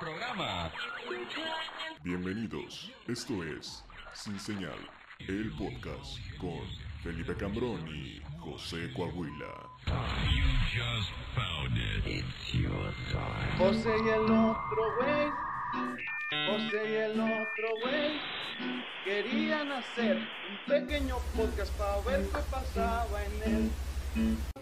programa. Bienvenidos, esto es Sin Señal, el podcast con Felipe Cambrón y José Coahuila. José y el otro güey, José y el otro güey, querían hacer un pequeño podcast para ver qué pasaba en él.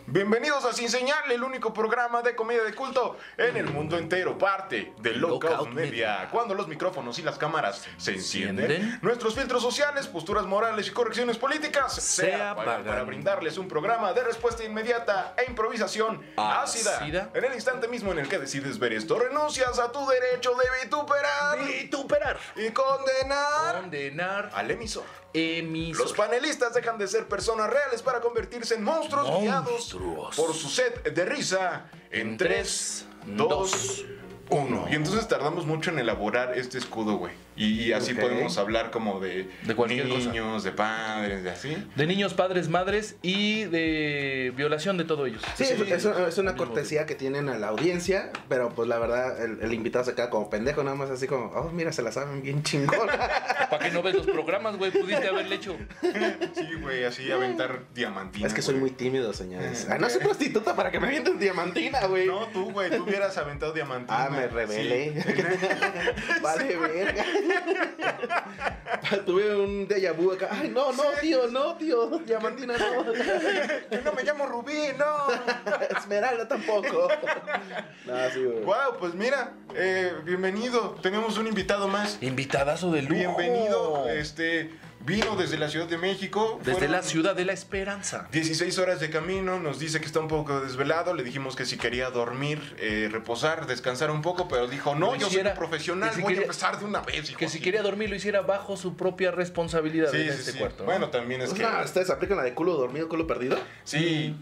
Bienvenidos a Sin Señal, el único programa de comedia de culto en el mundo entero, parte de Lockout, Lockout Media. Media. Cuando los micrófonos y las cámaras se encienden, encienden, nuestros filtros sociales, posturas morales y correcciones políticas se se apagan apagan. para brindarles un programa de respuesta inmediata e improvisación ácida. Ácida. En el instante mismo en el que decides ver esto, renuncias a tu derecho de vituperar Vituperar. y condenar Condenar. al emisor. Emisor. Los panelistas dejan de ser personas reales para convertirse en monstruos, guiados Monstruos. por su set de risa en 3, Tres, 2, dos, 1. Y entonces tardamos mucho en elaborar este escudo, güey. Y, y así Ok. podemos hablar como de, De cualquier cosa. niños, de padres, de así. De niños, padres, madres y de violación de todos ellos. Sí, es, es- es una cortesía que tienen a la audiencia, pero pues la verdad, el, el invitado se queda como pendejo, nada más así como, oh, mira, se la saben bien chingón. Para que no ves los programas, güey, pudiste haberle hecho. Sí, güey, así aventar diamantina. es que soy güey. muy tímido, señores. Ah, no soy prostituta para que me avienten diamantina, güey. No, tú, güey, tú hubieras aventado diamantina. Ah, me rebelé. Sí. vale, verga. Tuve un déjà vu acá. Ay, no, no, tío, no, tío. Diamantina no. Yo no me llamo Rubí, no. Esmeralda tampoco. No, sí, güey. Wow, pues mira, eh, bienvenido. Tenemos un invitado más. Invitadazo de lujo. Bienvenido. Este vino desde la Ciudad de México. Desde Fueron la ciudad de la esperanza. 16 horas de camino, nos dice que está un poco desvelado, le dijimos que si quería dormir, eh, reposar, descansar un poco, pero dijo, no, Lo yo soy hiciera, un profesional, que si voy a quería- empezar de una vez. hijo". Que si quería dormir lo hiciera bajo su propia responsabilidad Sí, en sí, este sí. cuarto. ¿no? Bueno, también es Pues que... nada, ustedes aplican la de culo dormido, culo perdido. Sí.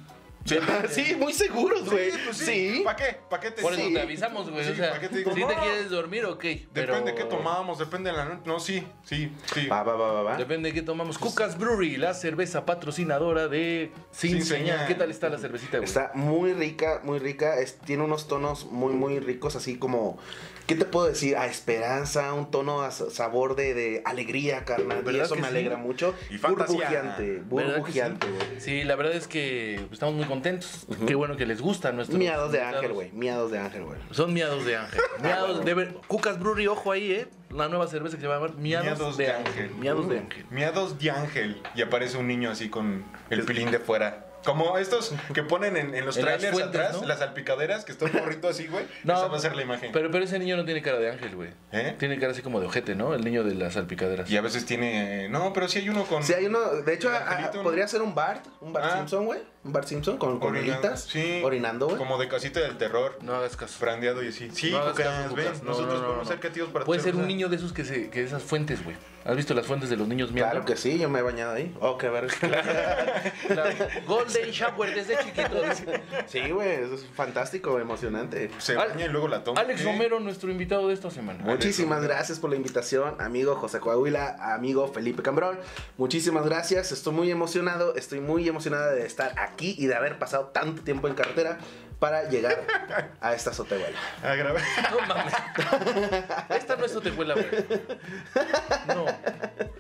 Sí, Sí, muy seguros, güey. Sí, pues sí. sí. ¿Para qué? ¿Para qué te por eso sí. te avisamos, güey. Sí, o sea, ¿para qué te digo? si te No. quieres dormir, ok. Depende de pero- qué tomábamos, depende de la noche. No, sí, sí, sí. Va, va, va, va, va. Depende de qué tomamos. Cucas Brewery, la cerveza patrocinadora de Sin, Sin señal. Señal. ¿Qué tal está la cervecita, güey? Está muy rica, muy rica. Es- tiene unos tonos muy, muy ricos, así como, ¿qué te puedo decir? A esperanza, un tono a s- sabor de, de alegría, carnal. Y ¿Verdad eso que me sí? alegra mucho. Y fantasía. Burbujeante, ¿Verdad que burbujeante, güey. Sí, la verdad es que estamos muy contentos. Qué bueno que les gusta nuestro. Miados de ángel, güey. Miados de ángel, güey. Son miados de ángel. Ah, Miados de ver- Cucas Brewery, ojo ahí, ¿eh? La nueva cerveza que se va a llamar Miados, Miados de, de ángel. Ángel. Miados Mm. de ángel. Miados de ángel y aparece un niño así con el pilín de fuera. Como estos que ponen en, en los Pues, En las trailers fuentes, atrás, ¿no? las salpicaderas, que está un morrito así, güey. Esa va a ser la imagen. Pero, pero ese niño no tiene cara de ángel, güey. ¿Eh? Tiene cara así como de ojete, ¿no? El niño de las salpicaderas. Y a veces tiene. No, pero sí hay uno con. Sí, hay uno, de hecho, El a- a- angelito, ¿no? podría ser un Bart, un Bart Ah. Simpson, güey. Un Bart Simpson con, con orinando. olitas, Sí. orinando, güey. Como de casita del terror. No hagas caso. Frandeado y así. Sí, No hagas Cucas, caso, ven, Cucas. No, nosotros no, no, podemos no. ser creativos para Puede hacer ser un una- niño de esos que se, que esas fuentes, güey. ¿Has visto las fuentes de los niños miados? Claro que sí, yo me he bañado ahí. Oh, qué verga. Golden Shower desde chiquito. Sí, güey, eso es fantástico, emocionante. Se Al- baña y luego la toma. Eh, Alex Sí. Romero, nuestro invitado de esta semana. Muchísimas gracias por la invitación, amigo José Coahuila, amigo Felipe Cambrón. Muchísimas gracias, estoy muy emocionado, estoy muy emocionada de estar aquí y de haber pasado tanto tiempo en carretera para llegar a esta azotehuela. A grabar. No mames. Esta no es Otehuela, güey. No.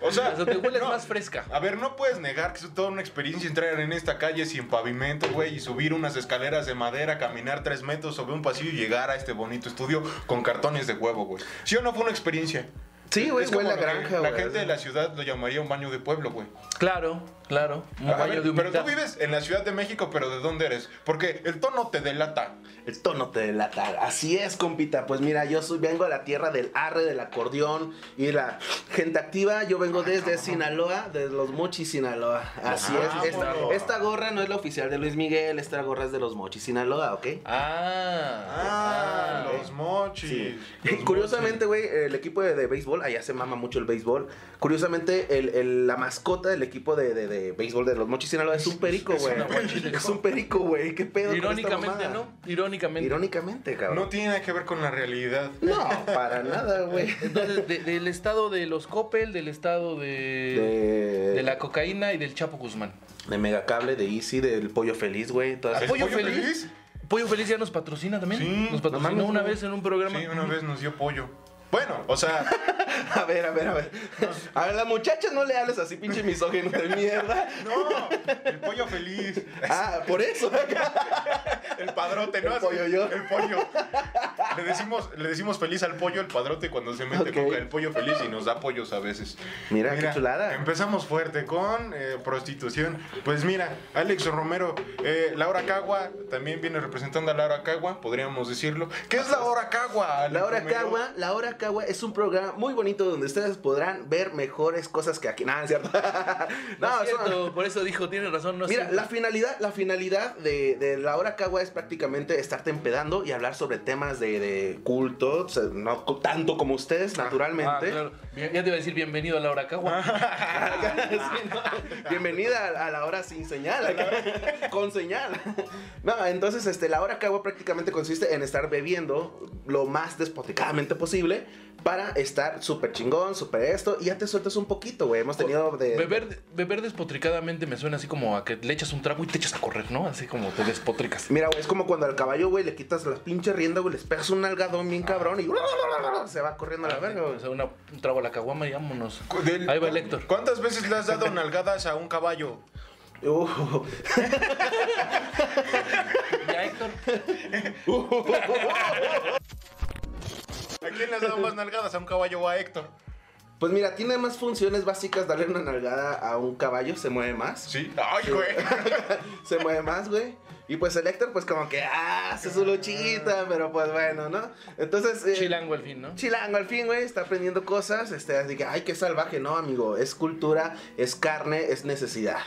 O sea, La Otehuela no. es más fresca. A ver, no puedes negar que es toda una experiencia entrar en esta calle sin pavimento, güey, y subir unas escaleras de madera, caminar tres metros sobre un pasillo y llegar a este bonito estudio con cartones de huevo, güey. ¿Sí o no fue una experiencia? Sí, güey, Es como huele a lo que granja, La güey. gente de la ciudad lo llamaría un baño de pueblo, güey. Claro, claro. Un Ah, A ver, baño de pero humildad. tú vives en la Ciudad de México, pero ¿de dónde eres? Porque el tono te delata. El tono te delata. Así es, compita. Pues mira, yo soy, vengo de la tierra del arre, del acordeón y la gente activa. Yo vengo Ah, desde Sinaloa, desde los Mochis Sinaloa. Así Mochis, es. Esta, Sinaloa. esta gorra no es la oficial de Luis Miguel, esta gorra es de los Mochis Sinaloa, ¿ok? Ah. Ah, los mochis. Sí. Los Y Curiosamente, güey, el equipo de, de béisbol, allá se mama mucho el béisbol. Curiosamente, el, el- la mascota del equipo de, de- de béisbol de los Mochis Sinaloa es un perico, güey. una guachile- Es un perico, güey. ¿Qué pedo? con esta Irónicamente, mamada? ¿no? Irónicamente. Irónicamente, cabrón. No tiene nada que ver con la realidad. No, para nada, güey. Entonces, de- del estado de los Coppel, del estado de, De, de la cocaína y del Chapo Guzmán. Ah, de Megacable, de Easy, del Pollo Feliz, güey. todas ¿El esas- Pollo Feliz? Pollo Feliz ya nos patrocina también. Sí, nos no patrocinó mames, una güey. vez en un programa. Sí, una vez nos dio pollo. Bueno, o sea, A ver, a ver, a ver. A ver, la muchacha no le hables así, pinche misógino de mierda. no, el pollo feliz. Ah, por eso. El padrote, ¿no? El pollo yo. El pollo. Le decimos, le decimos feliz al pollo, el padrote, cuando se mete Ok. coca. El pollo feliz y nos da pollos a veces. Mira, qué chulada. Empezamos fuerte con eh, prostitución. Pues mira, Alex Romero, eh, Laura Cagua, también viene representando a Laura Cagua, podríamos decirlo. ¿Qué es Laura Cagua? Alex La Hora Romero? Cagua, La Hora Cagua es un programa muy bonito donde ustedes podrán ver mejores cosas que aquí. Nada, es cierto. No, no, es eso no. cierto, por eso dijo, tiene razón. No es Mira, cierto. la finalidad, la finalidad de, de la hora cagua es prácticamente estarte empedando y hablar sobre temas de, de culto, o sea, no cu- tanto como ustedes, Ah, naturalmente. claro. Bien- Ya te iba a decir bienvenido a la Huracagua. Sí, ¿no? Bienvenida a, a la hora sin señal, acá, con señal. No, entonces este, la hora cagua prácticamente consiste en estar bebiendo lo más despoticadamente posible para estar súper chingón, súper esto, y ya te sueltas un poquito, güey. Hemos tenido de... Beber, beber despotricadamente me suena así como a que le echas un trago y te echas a correr, ¿no? Así como te despotricas. Mira, güey, es como cuando al caballo, güey, le quitas la pinche rienda, güey, les pegas un algadón bien cabrón y se va corriendo a la verga, güey. O sea, una- un trago a la caguama y vámonos. Cu- del- Ahí va el Héctor. ¿Cuántas veces le has dado nalgadas a un caballo? Uh, Ya, Héctor. ¿A quién le has dado más nalgadas? ¿A un caballo o a Héctor? Pues mira, tiene más funciones básicas darle una nalgada a un caballo, se mueve más. Sí. Ay, güey. Se mueve más, güey. Y pues el Héctor, pues como que, ah, se su luchita, pero pues bueno, ¿no? Entonces... eh, Chilango al fin, ¿no? Chilango, al fin, güey, está aprendiendo cosas. Este, así que, ay, qué salvaje, no, amigo. Es cultura, es carne, es necesidad.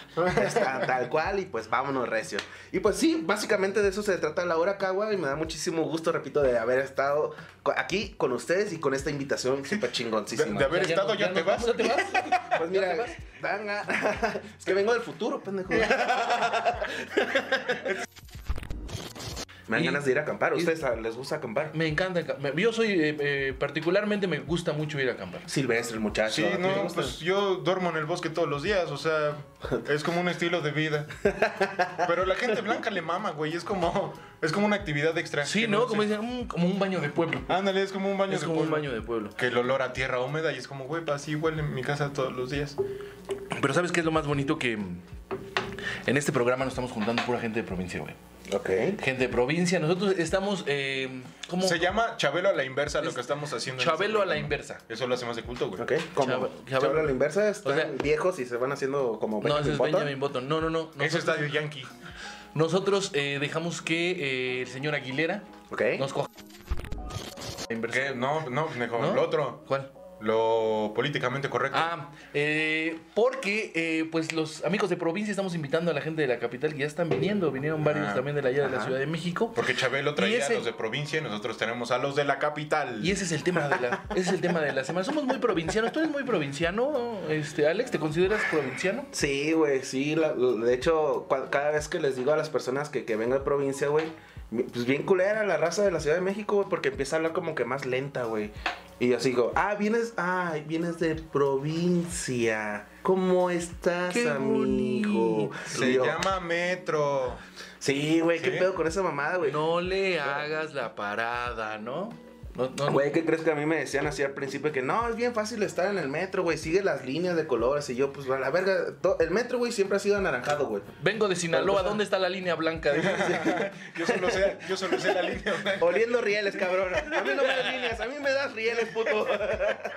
Está tal cual y pues vámonos recio. Y pues sí, básicamente de eso se trata la hora cagua y me da muchísimo gusto, repito, de haber estado co- aquí con ustedes y con esta invitación De, súper chingoncísima. de haber estado, no- ya, te no- vas. ¿Ya te vas? Pues mira, dan a- es que vengo del futuro, pendejo. Me dan Y- ganas de ir a acampar. ¿A ustedes a- les gusta acampar? Me encanta. acá- me- Yo soy, eh, eh, particularmente me gusta mucho ir a acampar. Silvestre, el muchacho. Sí, ¿a ti te no, gusta? pues yo duermo en el bosque todos los días, o sea, es como un estilo de vida. Pero la gente blanca le mama, güey, es como, es como una actividad extra. Sí, que ¿no? sé. Como dicen, mm, como un baño de pueblo. Ándale, es como un baño Es de como un pueblo. baño de pueblo. Que el olor a tierra húmeda y es como, güey, así huele en mi casa todos los días. Pero ¿sabes qué es lo más bonito que mm, en este programa nos estamos juntando pura gente de provincia, güey? Ok. Gente de provincia, nosotros estamos eh, como Se llama Chabelo a la inversa lo Es- que estamos haciendo. en Chabelo este a la programa. inversa. Eso lo hace más de culto, güey. Ok, como Chava- chava chava- a la inversa, están O sea- viejos y se van haciendo No, como ese Benjamin es Button. Benjamin Button. No, no, no. Es Nosotros, estadio yankee. nosotros, eh, dejamos que eh, el señor Aguilera Ok. nos coja. La inversa. ¿Qué? No, no, mejor. ¿No? Lo otro. ¿Cuál? Lo políticamente correcto. Ah, eh, porque eh, pues los amigos de provincia estamos invitando a la gente de la capital que ya están viniendo, vinieron varios Ah, también de la allá de la ajá. Ciudad de México. Porque Chabelo traía ese- a los de provincia y nosotros tenemos a los de la capital. Y ese es el tema de la, ese es el tema de la semana. Somos muy provincianos. ¿Tú eres muy provinciano, este Alex? ¿Te consideras provinciano? Sí, güey, sí. la- la- de hecho, cua- cada vez que les digo a las personas que, que vengan de provincia, güey, mi- pues bien culera la raza de la Ciudad de México, güey, porque empieza a hablar como que más lenta, güey. Y yo así digo, ah, vienes, ay, vienes de provincia. ¿Cómo estás, Qué amigo? bonito. Se Y yo, llama Metro. Sí, güey, ¿qué ¿Sí? pedo con esa mamada, güey? No le hagas la parada, ¿no? No, no, Güey, ¿qué crees que a mí me decían así al principio? Que no, es bien fácil estar en el metro, güey. Sigue las líneas de colores. Y yo, pues, a la verga. to- el metro, güey, siempre ha sido anaranjado, güey. Vengo de Sinaloa, ¿dónde está la línea blanca? Yo solo sé, yo solo sé la línea. Oliendo rieles, cabrón. A mí no me das líneas, a mí me das rieles, puto.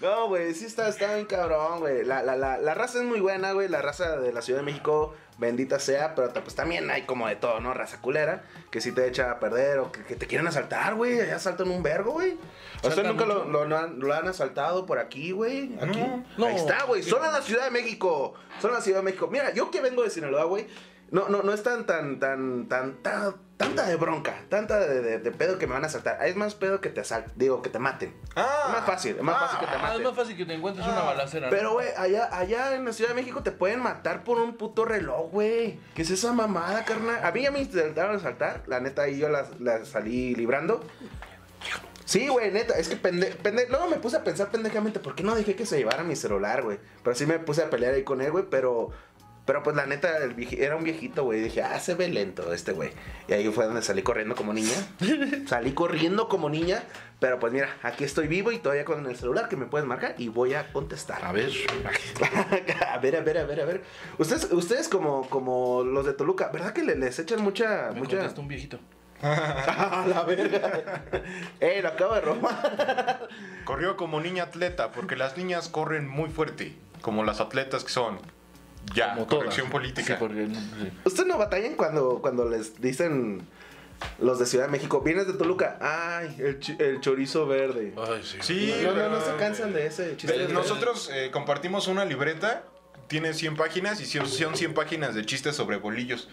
No, güey, sí está, está bien cabrón, güey. La, la, la, la raza es muy buena, güey. La raza de la Ciudad de México, bendita sea. Pero ta- pues también hay como de todo, ¿no? Raza culera. Que si te echa a perder o que, que te quieren asaltar, güey. Allá asaltan un vergo, güey. O sea, ¿Asaltan nunca lo, mucho? lo- lo han, lo han asaltado por aquí, güey. Aquí. No, no. Ahí está, güey. Solo en la Ciudad de México. Solo en la Ciudad de México. Mira, yo que vengo de Sinaloa, güey. No, no, no es tan, tan, tan, tan, tan- tanta de bronca, tanta de, de- de pedo que me van a asaltar. Es más pedo que te asalten, digo, que te maten. Ah. es más fácil, es más fácil que te Ah, es maten. más fácil que te encuentres una balacera. ¿no? Pero, güey, allá, allá en la Ciudad de México te pueden matar por un puto reloj, güey. ¿Qué es esa mamada, carnal? A mí ya me intentaron asaltar. La neta, ahí yo la, la salí librando. Sí, güey, neta. Es que pende, pende- Luego me puse a pensar pendejamente. ¿Por qué no dejé que se llevara mi celular, güey? Pero sí me puse a pelear ahí con él, güey. Pero Pero pues la neta, el vieji- era un viejito, güey. Dije, ah, se ve lento este güey. Y ahí fue donde salí corriendo como niña. salí corriendo como niña. Pero pues mira, aquí estoy vivo y todavía con el celular que me puedes marcar y voy a contestar. A ver. a ver, a ver, a ver, a ver. Ustedes, ustedes como, como los de Toluca, ¿verdad que le- les echan mucha... Me mucha... contestó un viejito. Ah, la verga. eh, lo acabo de robar. Corrió como niña atleta, porque las niñas corren muy fuerte, como las atletas que son. Ya, Como todas. corrección política. Sí, porque, sí. ¿Ustedes no batallan cuando, cuando les dicen los de Ciudad de México, vienes de Toluca? Ay, el, chi- el chorizo verde. Ay, sí. Ah, Sí, No, no, no se güey. cansan de ese chiste. De- verde. nosotros eh, compartimos una libreta, tiene 100 páginas y son son 100 páginas de chistes sobre bolillos.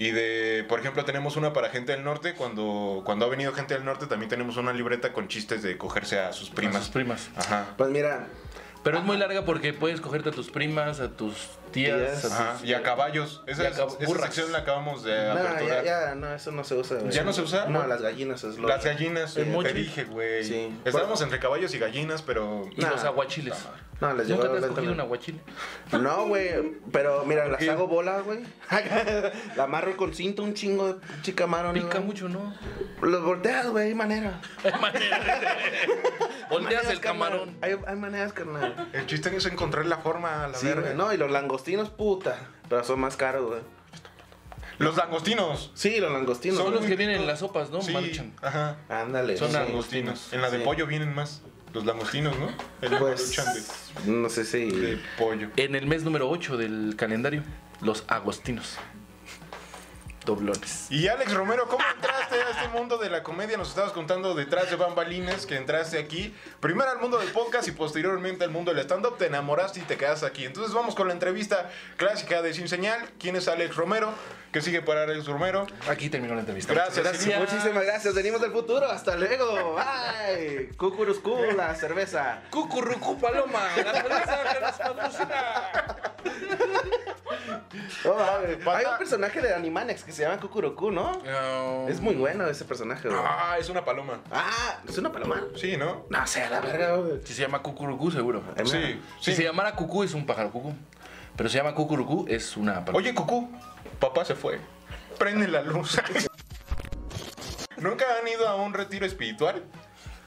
Y de, por ejemplo, tenemos una para gente del norte, cuando, cuando ha venido gente del norte también tenemos una libreta con chistes de cogerse a sus A primas. sus primas. Ajá. Pues mira, Pero es muy larga porque puedes cogerte a tus primas, a tus tías, Tías. a Ajá. tus... Y a caballos. Esa, Y a es- cab- esa burras. sección la acabamos de no, aperturar. ya, ya, no, eso no se usa. güey. ¿Ya no se usa? No, las gallinas es lo. Las gallinas, El eh, mochi. te dije, güey. Sí. Estábamos entre caballos y gallinas, pero... Y Nah. los aguachiles. No, les ¿Nunca te llevaba has cogido un lentamente. aguachile? No, güey, pero mira, las qué? hago bola, güey. La amarro con cinto un chingo de chica marón. Pica mucho, ¿no? Los volteas, güey, hay manera. Hay Volteas maneras, el carnal. camarón. Hay, hay maneras, carnal. El chiste es encontrar la forma, la Sí, verga. güey, no, y los langostinos, puta. Pero son más caros, güey. Los langostinos. Sí, los langostinos. Son güey. los que vienen en las sopas, ¿no? Sí, Maruchan. ajá. Ándale. son sí. langostinos. En la de Sí. pollo vienen más. Los langostinos, ¿no? El Pues, maruchan no sé si... de, de pollo. En el mes número 8 del calendario, los agostinos. Doblones. Y Alex Romero, ¿cómo entraste a este mundo de la comedia? Nos estabas contando detrás de bambalinas que entraste aquí. Primero al mundo del podcast y posteriormente al mundo del stand-up. Te enamoraste y te quedaste aquí. Entonces vamos con la entrevista clásica de Sin Señal. ¿Quién es Alex Romero? ¿Qué sigue para Alex Romero? Aquí terminó la entrevista. Gracias, Silvia. Muchísimas gracias, venimos del futuro, hasta luego, bye. Cucuruscú, la cerveza. Cucurrucú paloma, la cerveza que nos patrocina. No mames. Ah, Pata- Oh, Hay un personaje de Animanex que se llama Cucurucú, ¿no? Es muy bueno ese personaje, güey. Um, Ah, es una paloma. Ah, ¿es una paloma? Sí, ¿no? No sé, la verga, güey. Si se llama cucurucú, seguro. Ay, mira. Sí, Si sí. se llamara cucú, es un pájaro cucú. Pero se llama cucurucú, es una paloma. Oye, Cucú, papá se fue. Prende la luz. ¿Nunca han ido a un retiro espiritual?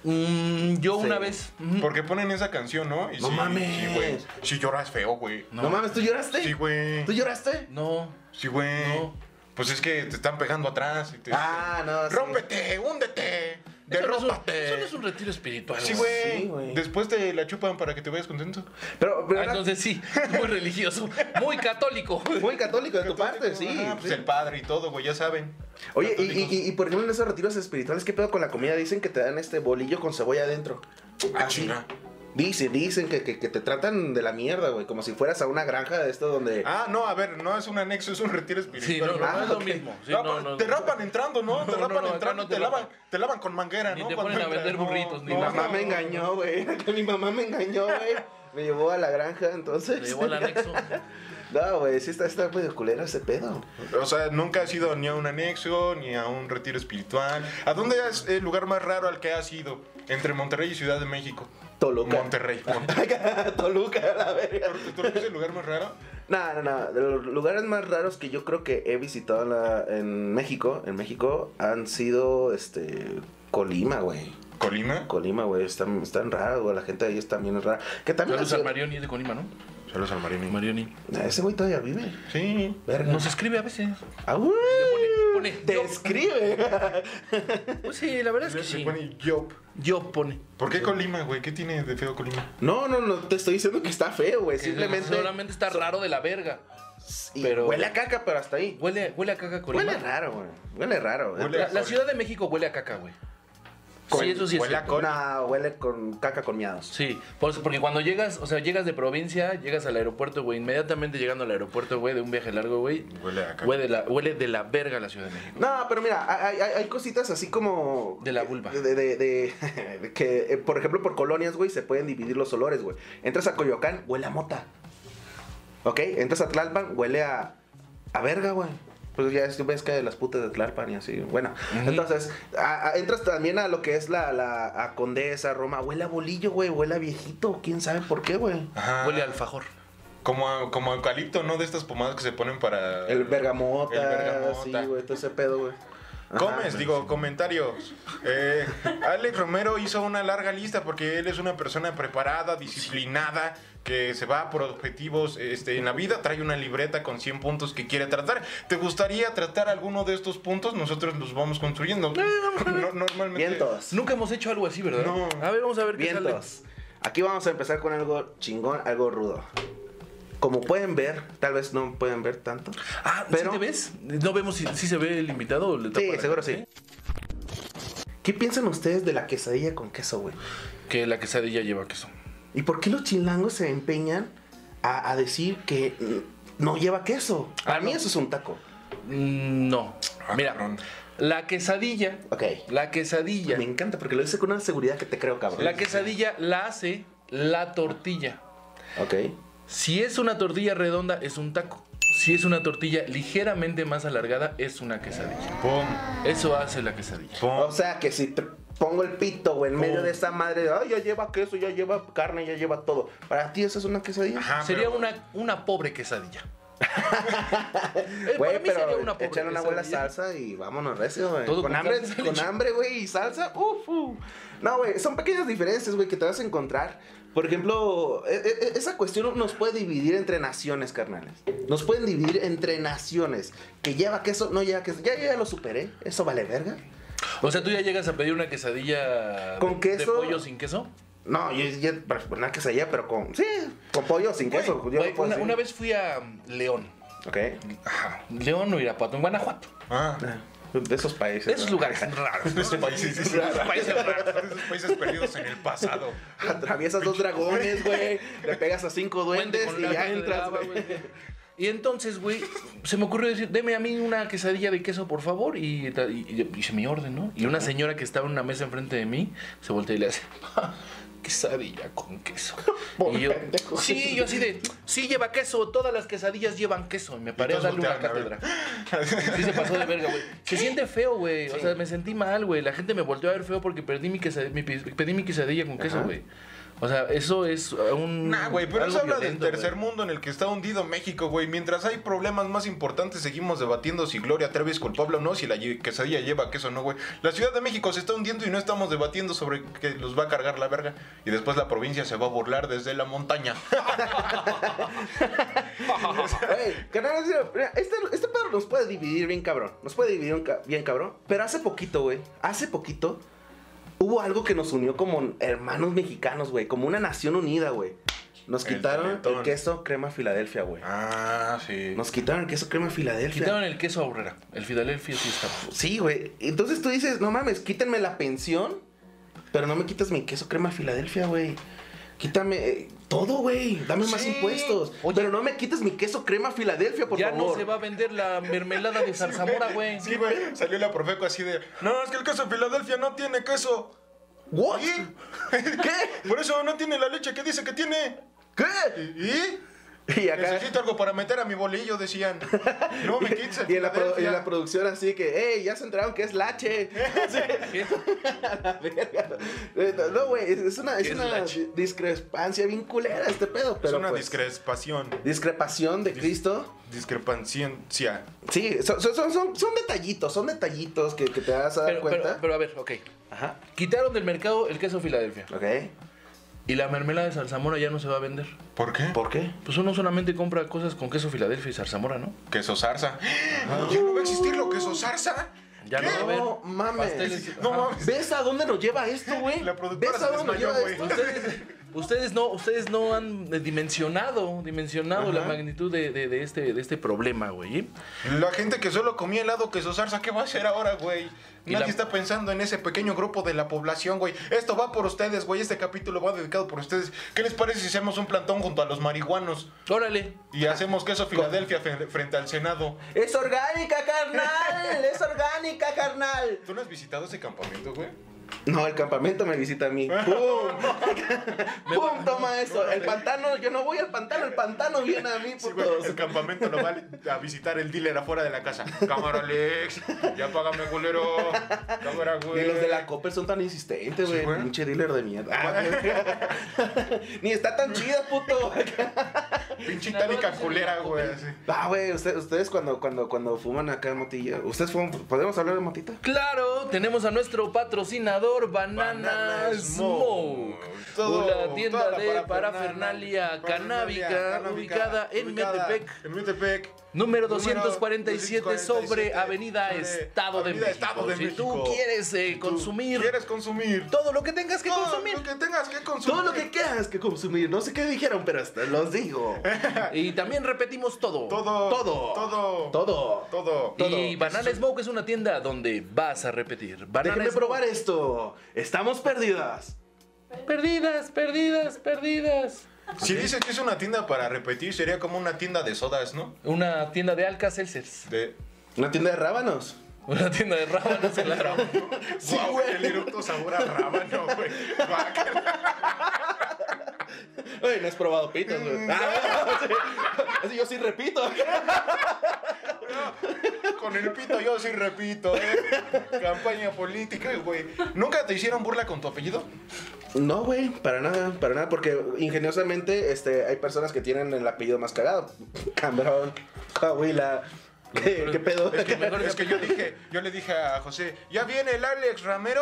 Mm, yo Sí. una vez. ujú. Porque ponen esa canción, ¿no? Y No sí, mames. Sí, güey. Sí lloras feo, güey. No. mames, ¿tú lloraste? Sí, güey. ¿Tú lloraste? No. Sí, güey. No. Pues es que te están pegando atrás. Y te, Ah, no, sí. ¡Rómpete! ¡Húndete! Eso no, es un, eso no ¡Derrótate! es un retiro espiritual. Sí, güey. güey. Sí, güey. Después te la chupan para que te vayas contento. Pero, pero Ah, era Entonces sí, muy religioso, muy católico. muy católico de tu parte, sí. Ah, pues sí. el padre y todo, güey, ya saben. Oye, y, Católicos. y- y- y por ejemplo en esos retiros espirituales, ¿qué pedo con la comida? Dicen que te dan este bolillo con cebolla adentro. Ah, chinga. Dicen, dicen que, que- que te tratan de la mierda, güey, como si fueras a una granja de esto donde... Ah, no, a ver, no es un anexo, es un retiro Sí, espiritual. no, no, no es Ah, lo ok. mismo. Sí, No, no, pues, no, te no. rapan entrando, ¿no? te No, no, rapan no, acá entrando, no te, te lavan, rapan. te lavan con manguera, Ni ¿no? te Cuando ponen a entras, vender no, burritos, ni Mi no, nada. mamá no. me engañó, güey. Que mi mamá me engañó, güey. Me llevó a la granja, entonces. Me llevó al anexo. No, güey, sí está, está medio culero ese pedo. O sea, nunca has ido ni a un anexo, ni a un retiro espiritual. ¿A dónde es el lugar más raro al que has ido? Entre Monterrey y Ciudad de México. Toluca. Monterrey. Monterrey. Toluca, la verga. ¿Tú lo que es el lugar más raro? No, no, no. De los lugares más raros que yo creo que he visitado en, la- en México, en México, han sido, este, Colima, güey. ¿Colima? Colima, güey, están, están raros, güey. La gente ahí está bien rara. Que también... Saludos la al ciudad- Marioni es de Colima, ¿no? Saludos al Marini. Marioni. Ese güey todavía vive. Sí. Verga. Nos escribe a veces. Ah, güey. pone- Te yo- escribe. Pues sí, la verdad es que Se sí. pone Yop. Yo pone. ¿Por qué Colima, güey? ¿Qué tiene de feo Colima? No, no, no, te estoy diciendo que está feo, güey. Simplemente. Simplemente. Solamente está raro de la verga. Y Pero- Huele a caca, pero hasta ahí. Huele, huele a caca Colima. Huele raro, güey. Huele raro. güey. Huele- La, la Ciudad de México huele a caca, güey. Sí, eso sí es Huele a cierto. col- No, huele con caca con miados. Sí, por- porque cuando llegas, o sea, llegas de provincia, llegas al aeropuerto, güey, inmediatamente llegando al aeropuerto, güey, de un viaje largo, güey, Huele a caca. huele, la- huele de la verga la Ciudad de México. No, pero mira, hay, hay- hay cositas así como. De la vulva. De, de- de- de que, eh, por ejemplo, por colonias, güey, se pueden dividir los olores, güey. Entras a Coyoacán, huele a mota. ¿Ok? Entras a Tlalpan, huele a. a verga, güey. Pues ya es- ves que las putas de Tlalpan y así. Bueno, Ujú. entonces, a- a- entras también a lo que es la, la a Condesa, Roma. Huele a bolillo, güey. Huele a viejito. ¿Quién sabe por qué, güey? Ajá. Huele a alfajor. Como, a- como eucalipto, ¿no? De estas pomadas que se ponen para. El bergamota, El bergamota. sí, güey, todo ese pedo, güey. Ajá. Comes, digo, comentarios. Eh, Alex Romero hizo una larga lista porque él es una persona preparada, disciplinada, que se va por objetivos este, en la vida, trae una libreta con 100 puntos que quiere tratar. ¿Te gustaría tratar alguno de estos puntos? Nosotros los vamos construyendo. No, normalmente. Vientos. Nunca hemos hecho algo así, ¿verdad? No. A ver, vamos a ver qué sale. Vientos. Aquí vamos a empezar con algo chingón, algo rudo. Como pueden ver, tal vez no pueden ver tanto. Ah, Pero- ¿sí te ves? ¿No vemos si, si se ve el invitado? o le tapa Sí, la seguro cara, sí. ¿Qué piensan ustedes de la quesadilla con queso, güey? eh? Que la quesadilla lleva queso. ¿Y por qué los chilangos se empeñan a, a decir que mm, no lleva queso? Para Ah, mí no. eso es un taco. Mm, No. Ah, Mira, cabrón. la quesadilla. Ok. La quesadilla. Me encanta porque lo dice con una seguridad que te creo, cabrón. La quesadilla la hace la tortilla. Ok. Si es una tortilla redonda, es un taco. Si es una tortilla ligeramente más alargada, es una quesadilla. Pum, Eso hace la quesadilla. pum. O sea que si te pongo el pito, güey, en medio de esa madre de, ay, ya lleva queso, ya lleva carne, ya lleva todo. Para ti eso es una quesadilla. Ajá, Sería pero- una, una pobre quesadilla. Eh, para Güey, mí sería pero una pobre echarle una buena quesadilla. salsa y vámonos recio, güey. Todo Con con hambre, carne, con hambre, güey, y salsa, uf, uf. No, güey, son pequeñas diferencias, güey, que te vas a encontrar. Por ejemplo, e- e- e- esa cuestión nos puede dividir entre naciones, carnales. Nos pueden dividir entre naciones. Que lleva queso, no lleva queso. Ya, ya lo superé. Eso vale verga. O sea, tú ya llegas a pedir una quesadilla Con de- queso. de pollo sin queso. No, yo ya, una quesadilla, pero con, sí, con pollo, sin queso. pues, Güey, yo güey, no puedo una, decir. una vez fui a um, León. Ok. Ajá, León o Irapuato, en Guanajuato. Ah, De esos países. De esos ¿no? lugares raros. de esos países, sí, sí, de esos países raros, de esos países perdidos en el pasado. Atraviesas dos dragones, güey. Le pegas a cinco duendes Puente con la y ya fuente de entras, lava, güey. güey. Y entonces, güey, se me ocurrió decir, deme a mí una quesadilla de queso, por favor. Y, ta- y- y hice mi orden, ¿no? Y una señora que estaba en una mesa enfrente de mí se voltea y le hace, "Ja, quesadilla con queso. Pobre Y yo, pendejo. sí, yo así de, sí lleva queso, todas las quesadillas llevan queso. Y me paré a todos darle una voltearon, cátedra. Sí se pasó de verga, güey. Se siente feo, güey. O sea, me sentí mal, güey. La gente me volteó a ver feo porque perdí mi quesadilla, mi, pis- pedí mi quesadilla con queso, Ajá. güey. O sea, eso es uh, un. Mm, Nah, güey, pero algo eso habla violento, del tercer güey. mundo en el que está hundido México, güey. Mientras hay problemas más importantes, seguimos debatiendo si Gloria Trevi es culpable o no, si la lle- quesadilla lleva queso o no, güey. La Ciudad de México se está hundiendo y no estamos debatiendo sobre que los va a cargar la verga. Y después la provincia se va a burlar desde la montaña. Güey, carnal, en serio, mira, este, este pedo nos puede dividir bien cabrón. Nos puede dividir un ca- bien cabrón. Pero hace poquito, güey. Hace poquito hubo algo que nos unió como hermanos mexicanos, güey. Como una nación unida, güey. Nos El quitaron el, Teletón. queso crema Filadelfia, güey. ah, sí. Nos quitaron el queso crema Filadelfia. Quitaron el queso a Aurrera. El Filadelfia sí está. Sí, güey. Entonces tú dices, no mames, quítenme la pensión, pero no me quitas mi queso crema Filadelfia, güey. Quítame eh, todo, güey. Dame más Sí. impuestos. Oye. Pero no me quites mi queso crema Filadelfia, por ya favor. no se va a vender la mermelada de zarzamora, güey. Sí, güey. Salió la Profeco así de. No, es que el queso de Filadelfia no tiene queso. ¿What? ¿Y? ¿Qué? Por eso no tiene la leche que dice que tiene. ¿Y? ¿Qué? ¿Y? Y acá. Necesito algo para meter a mi bolillo, decían. No me quites el Y en, la pro- y en Filadelfia. la producción así que, ¡Ey! Ya se enteraron que es lache. ¿Qué? Eh, no, güey, es- es una, es ¿Qué es una lache? discrepancia bien culera este pedo. Pero es una pues, discrepación. discrepación de Cristo. Discrepancia. Sí, son, son- son- son- son detallitos, son detallitos que, que te vas a dar Pero, pero, cuenta. pero a ver, ok. Ajá. Quitaron del mercado el queso Filadelfia. Ok. Y la mermelada de zarzamora ya no se va a vender. ¿Por qué? ¿Por qué? Pues uno solamente compra cosas con queso Filadelfia y zarzamora, ¿no? Queso zarza. Ya no va a existir lo queso zarza. Ya no va a ¿Qué? haber. No mames. Pasteles. No Ajá. mames. ¿Ves a dónde nos lleva esto, güey? La productora ¿Ves se a dónde nos desmayó, lleva güey. esto? Ustedes, ustedes no, ustedes no han eh, dimensionado, dimensionado Ajá. la magnitud de, de- de este, de este problema, güey. La gente que solo comía helado queso zarza, ¿qué va a hacer ahora, güey? Y Nadie la- está pensando en ese pequeño grupo de la población, güey. Esto va por ustedes, güey. Este capítulo va dedicado por ustedes. ¿Qué les parece si hacemos un plantón junto a los marihuanos Órale. y hacemos queso Filadelfia fre- frente al Senado? Es orgánica, carnal. Es orgánica, carnal. ¿Tú no has visitado ese campamento, güey? No, el campamento me visita a mí. ¡Pum! ¡Pum! Toma eso. El pantano, yo no voy al pantano. El pantano viene a mí, Sí, güey, putos. el campamento no vale a visitar el dealer afuera de la casa. Cámara, Alex. Ya págame, culero. Cámara, güey. Ni los de la Copper son tan insistentes, güey. güey. Pinche dealer de mierda. Ah, güey. Ni está tan chida, puto. Pinche itálica culera, güey. así. Ah, güey, usted- ustedes cuando, cuando, cuando fuman acá motilla, ¿ustedes fuman? ¿Podemos hablar de motita? Claro, tenemos a nuestro patrocinador Banana, Banana Smoke, Smoke. Todo- una tienda toda la de parafernalia, parafernalia canábica canábica, ubicada en ubicada Metepec. En Metepec. Número Número 247 sobre 247, Avenida sobre Estado de Avenida México. Estado de si tú México. quieres eh, Tú consumir ¿Quieres consumir? todo lo que tengas que Todo consumir. Lo que tengas que consumir. Todo lo que quieras que consumir, no sé qué dijeron, pero hasta los digo. Y también repetimos todo. Todo. Todo. Todo. Todo. Todo. Y Banana Smoke es una tienda donde vas a repetir. Banana Déjenme Smoke. probar esto. Estamos perdidas. Perdidas, perdidas, perdidas. Si dices que es una tienda para repetir, sería como una tienda de sodas, ¿no? Una tienda de Alka-Seltzers. De. Una tienda de rábanos. Una tienda de rábanos en la Sí, güey. El eructo sabor a rábano, güey. Ay, no has probado pitas, güey. Ah, sí. Así yo sí repito. Con el pito yo sí repito, ¿eh? Campaña política, güey. ¿Nunca te hicieron burla con tu apellido? No, güey, para nada, para nada, porque ingeniosamente este, hay personas que tienen el apellido más cagado. Cambrón, Coahuila. ¿Qué, qué pedo? Es que mejor Es que yo dije, yo le dije a José, ya viene el Alex Ramero.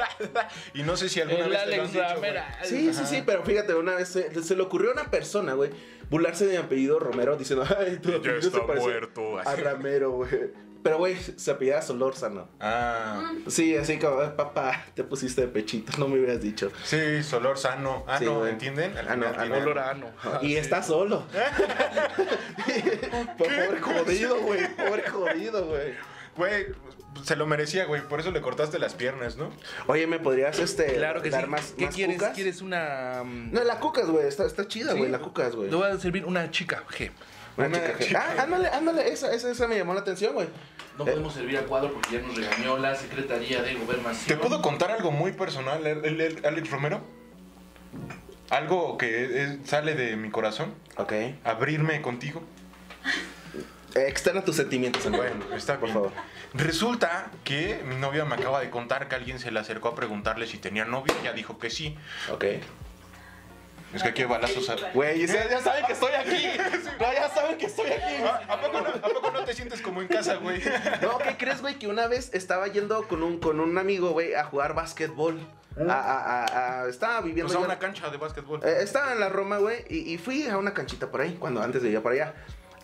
y no sé si alguna El vez te lo han Alex dicho, güey. Ramera. Sí, sí, sí, pero fíjate, una vez se, se le ocurrió a una persona, güey, burlarse de mi apellido Romero diciendo, ay, tu Y ya apellido está se parece muerto, a así. Ramero, güey. Pero, güey, se apellidaba Solórzano. Ah. Sí, así como, "Ay, papá, te pusiste de pechito, no me hubieras dicho. Sí, solor sano. Ah, Sí, no, güey. ¿entienden? Al Ah, no, final ah, no, tiene- Olor a ano. Y está solo. Pobre jodido, güey. Pobre jodido, güey. Güey, se lo merecía, güey. Por eso le cortaste las piernas, ¿no? Oye, ¿me podrías este, Claro que sí. dar más, ¿Qué más quieres? cucas? ¿Quieres una. mm, No, la cucas, güey. Está, está chida, sí? güey. La cucas, güey. Te voy a servir una chica G. Una Una chica. chica. Ah, ándale, ándale. Esa, esa, esa me llamó la atención, güey. No podemos servir a cuadro porque ya nos regañó la Secretaría de Gobernación. ¿Te puedo contar algo muy personal, el- el- el Alex Romero? Algo que es- sale de mi corazón. Ok. Abrirme contigo. Externa tus sentimientos, amigo. Bueno, está Por bien. favor. Resulta que mi novia me acaba de contar que alguien se le acercó a preguntarle si tenía novio. Ella dijo que sí. Ok. Es que aquí hay balazos. a- Güey, ya, ya saben que estoy aquí. No, ya saben que estoy aquí. ¿A, a poco no, a poco no te sientes como en casa, güey? No, ¿qué crees, güey? Que una vez estaba yendo con un, con un amigo, güey, a jugar básquetbol. A, a, a, Pues a- estaba O viviendo. sea, yo- Pues una cancha de básquetbol. Eh, estaba en la Roma, güey, y, y fui a una canchita por ahí, cuando antes vivía por allá.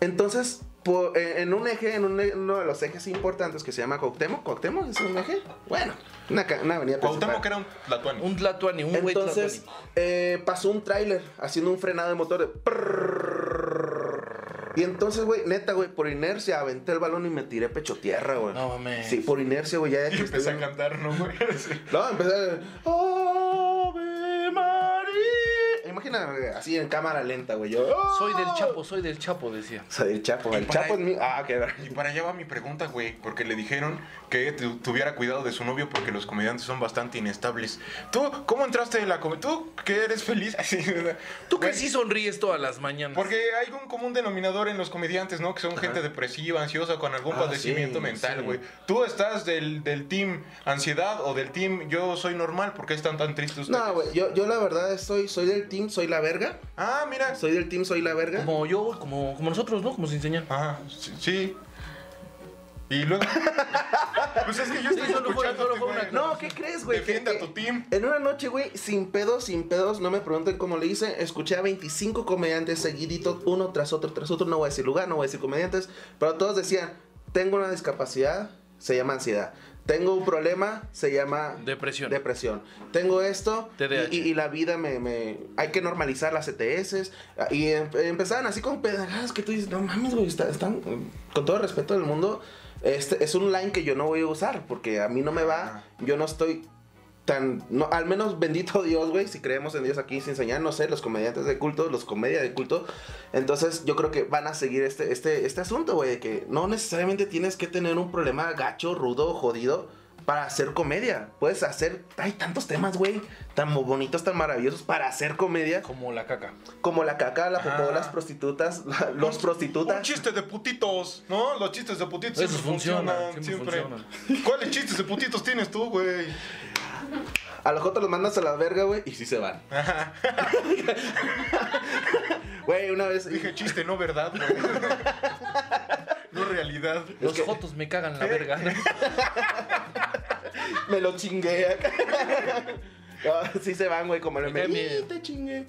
Entonces, po- eh, en un eje, en un e- uno de los ejes importantes que se llama Cuauhtémoc, ¿Cuauhtémoc es un eje? Bueno, una, ca- una avenida Cuauhtémoc principal. era un tlatuani. Un Tlatuani, un güey Entonces, Tlatuani. eh, pasó un tráiler haciendo un frenado de motor de prrrr. Y entonces, güey, neta, güey, por inercia aventé el balón y me tiré pecho tierra, güey. No mames. Sí, por inercia, güey, ya. Y que empecé a estoy- cantar, ¿no, güey? Sí. no, empecé. ¡Ave María! Imagina güey, así en cámara lenta, güey. Yo. Soy del Chapo, soy del Chapo, decía. Soy el Chapo. El para- Chapo es mi. Ah, qué ver. Y para allá va mi pregunta, güey, porque le dijeron que tu- tuviera cuidado de su novio porque los comediantes son bastante inestables. ¿Tú cómo entraste en la comedia? ¿Tú que eres feliz? Así, ¿verdad? Tú que Güey, sí sonríes todas las mañanas. Porque hay un común denominador en los comediantes, ¿no? Que son gente depresiva, ansiosa, con algún Ah, padecimiento sí, sí. mental, güey. ¿Tú estás del, del team ansiedad o del team yo soy normal? ¿Por qué están tan tristes ustedes? No, güey. Yo, yo la verdad soy, soy del team, soy la verga. Ah, mira. Soy del team, soy la verga. Como yo, güey, como, como nosotros, ¿no? Como sin señal. Ah, sí. sí. Y luego... pues es que yo estoy Sí, solo fue- escuchándote, solo fue güey. una- No, ¿qué crees, güey? Que- Defienda que- a tu team. En una noche, güey, sin pedos, sin pedos, no me pregunten cómo le hice. Escuché a 25 comediantes seguiditos, uno tras otro, tras otro. No voy a decir lugar, no voy a decir comediantes, pero todos decían: Tengo una discapacidad, se llama ansiedad. Tengo un problema, se llama Depresión. depresión. Tengo esto TDAH. y, y- y la vida me, me- Hay que normalizar las E ETS. Y em- empezaban así con pedagadas que tú dices: No mames, güey, está- están. Con todo el respeto del mundo, este es un line que yo no voy a usar porque a mí no me va. Yo no estoy tan no al menos bendito Dios güey si creemos en Dios aquí sin señal no sé los comediantes de culto los comedia de culto entonces yo creo que van a seguir este este este asunto güey de que no necesariamente tienes que tener un problema gacho rudo jodido para hacer comedia puedes hacer hay tantos temas güey tan mo- bonitos tan maravillosos para hacer comedia Como la caca. como la caca la popó Ajá. las prostitutas la- los Un prostitutas chiste de putitos, ¿no? Los chistes de putitos Esos siempre funcionan. funcionan, siempre siempre. ¿Cuáles chistes de putitos tienes tú, güey? A los jotos los mandas a la verga, güey, y sí se van. Güey, una vez. Dije chiste, no verdad, güey. No realidad. Los que- fotos me cagan la verga. Me lo chingué acá. No, sí se van, güey, como el Me me. cae bien. Te chingué.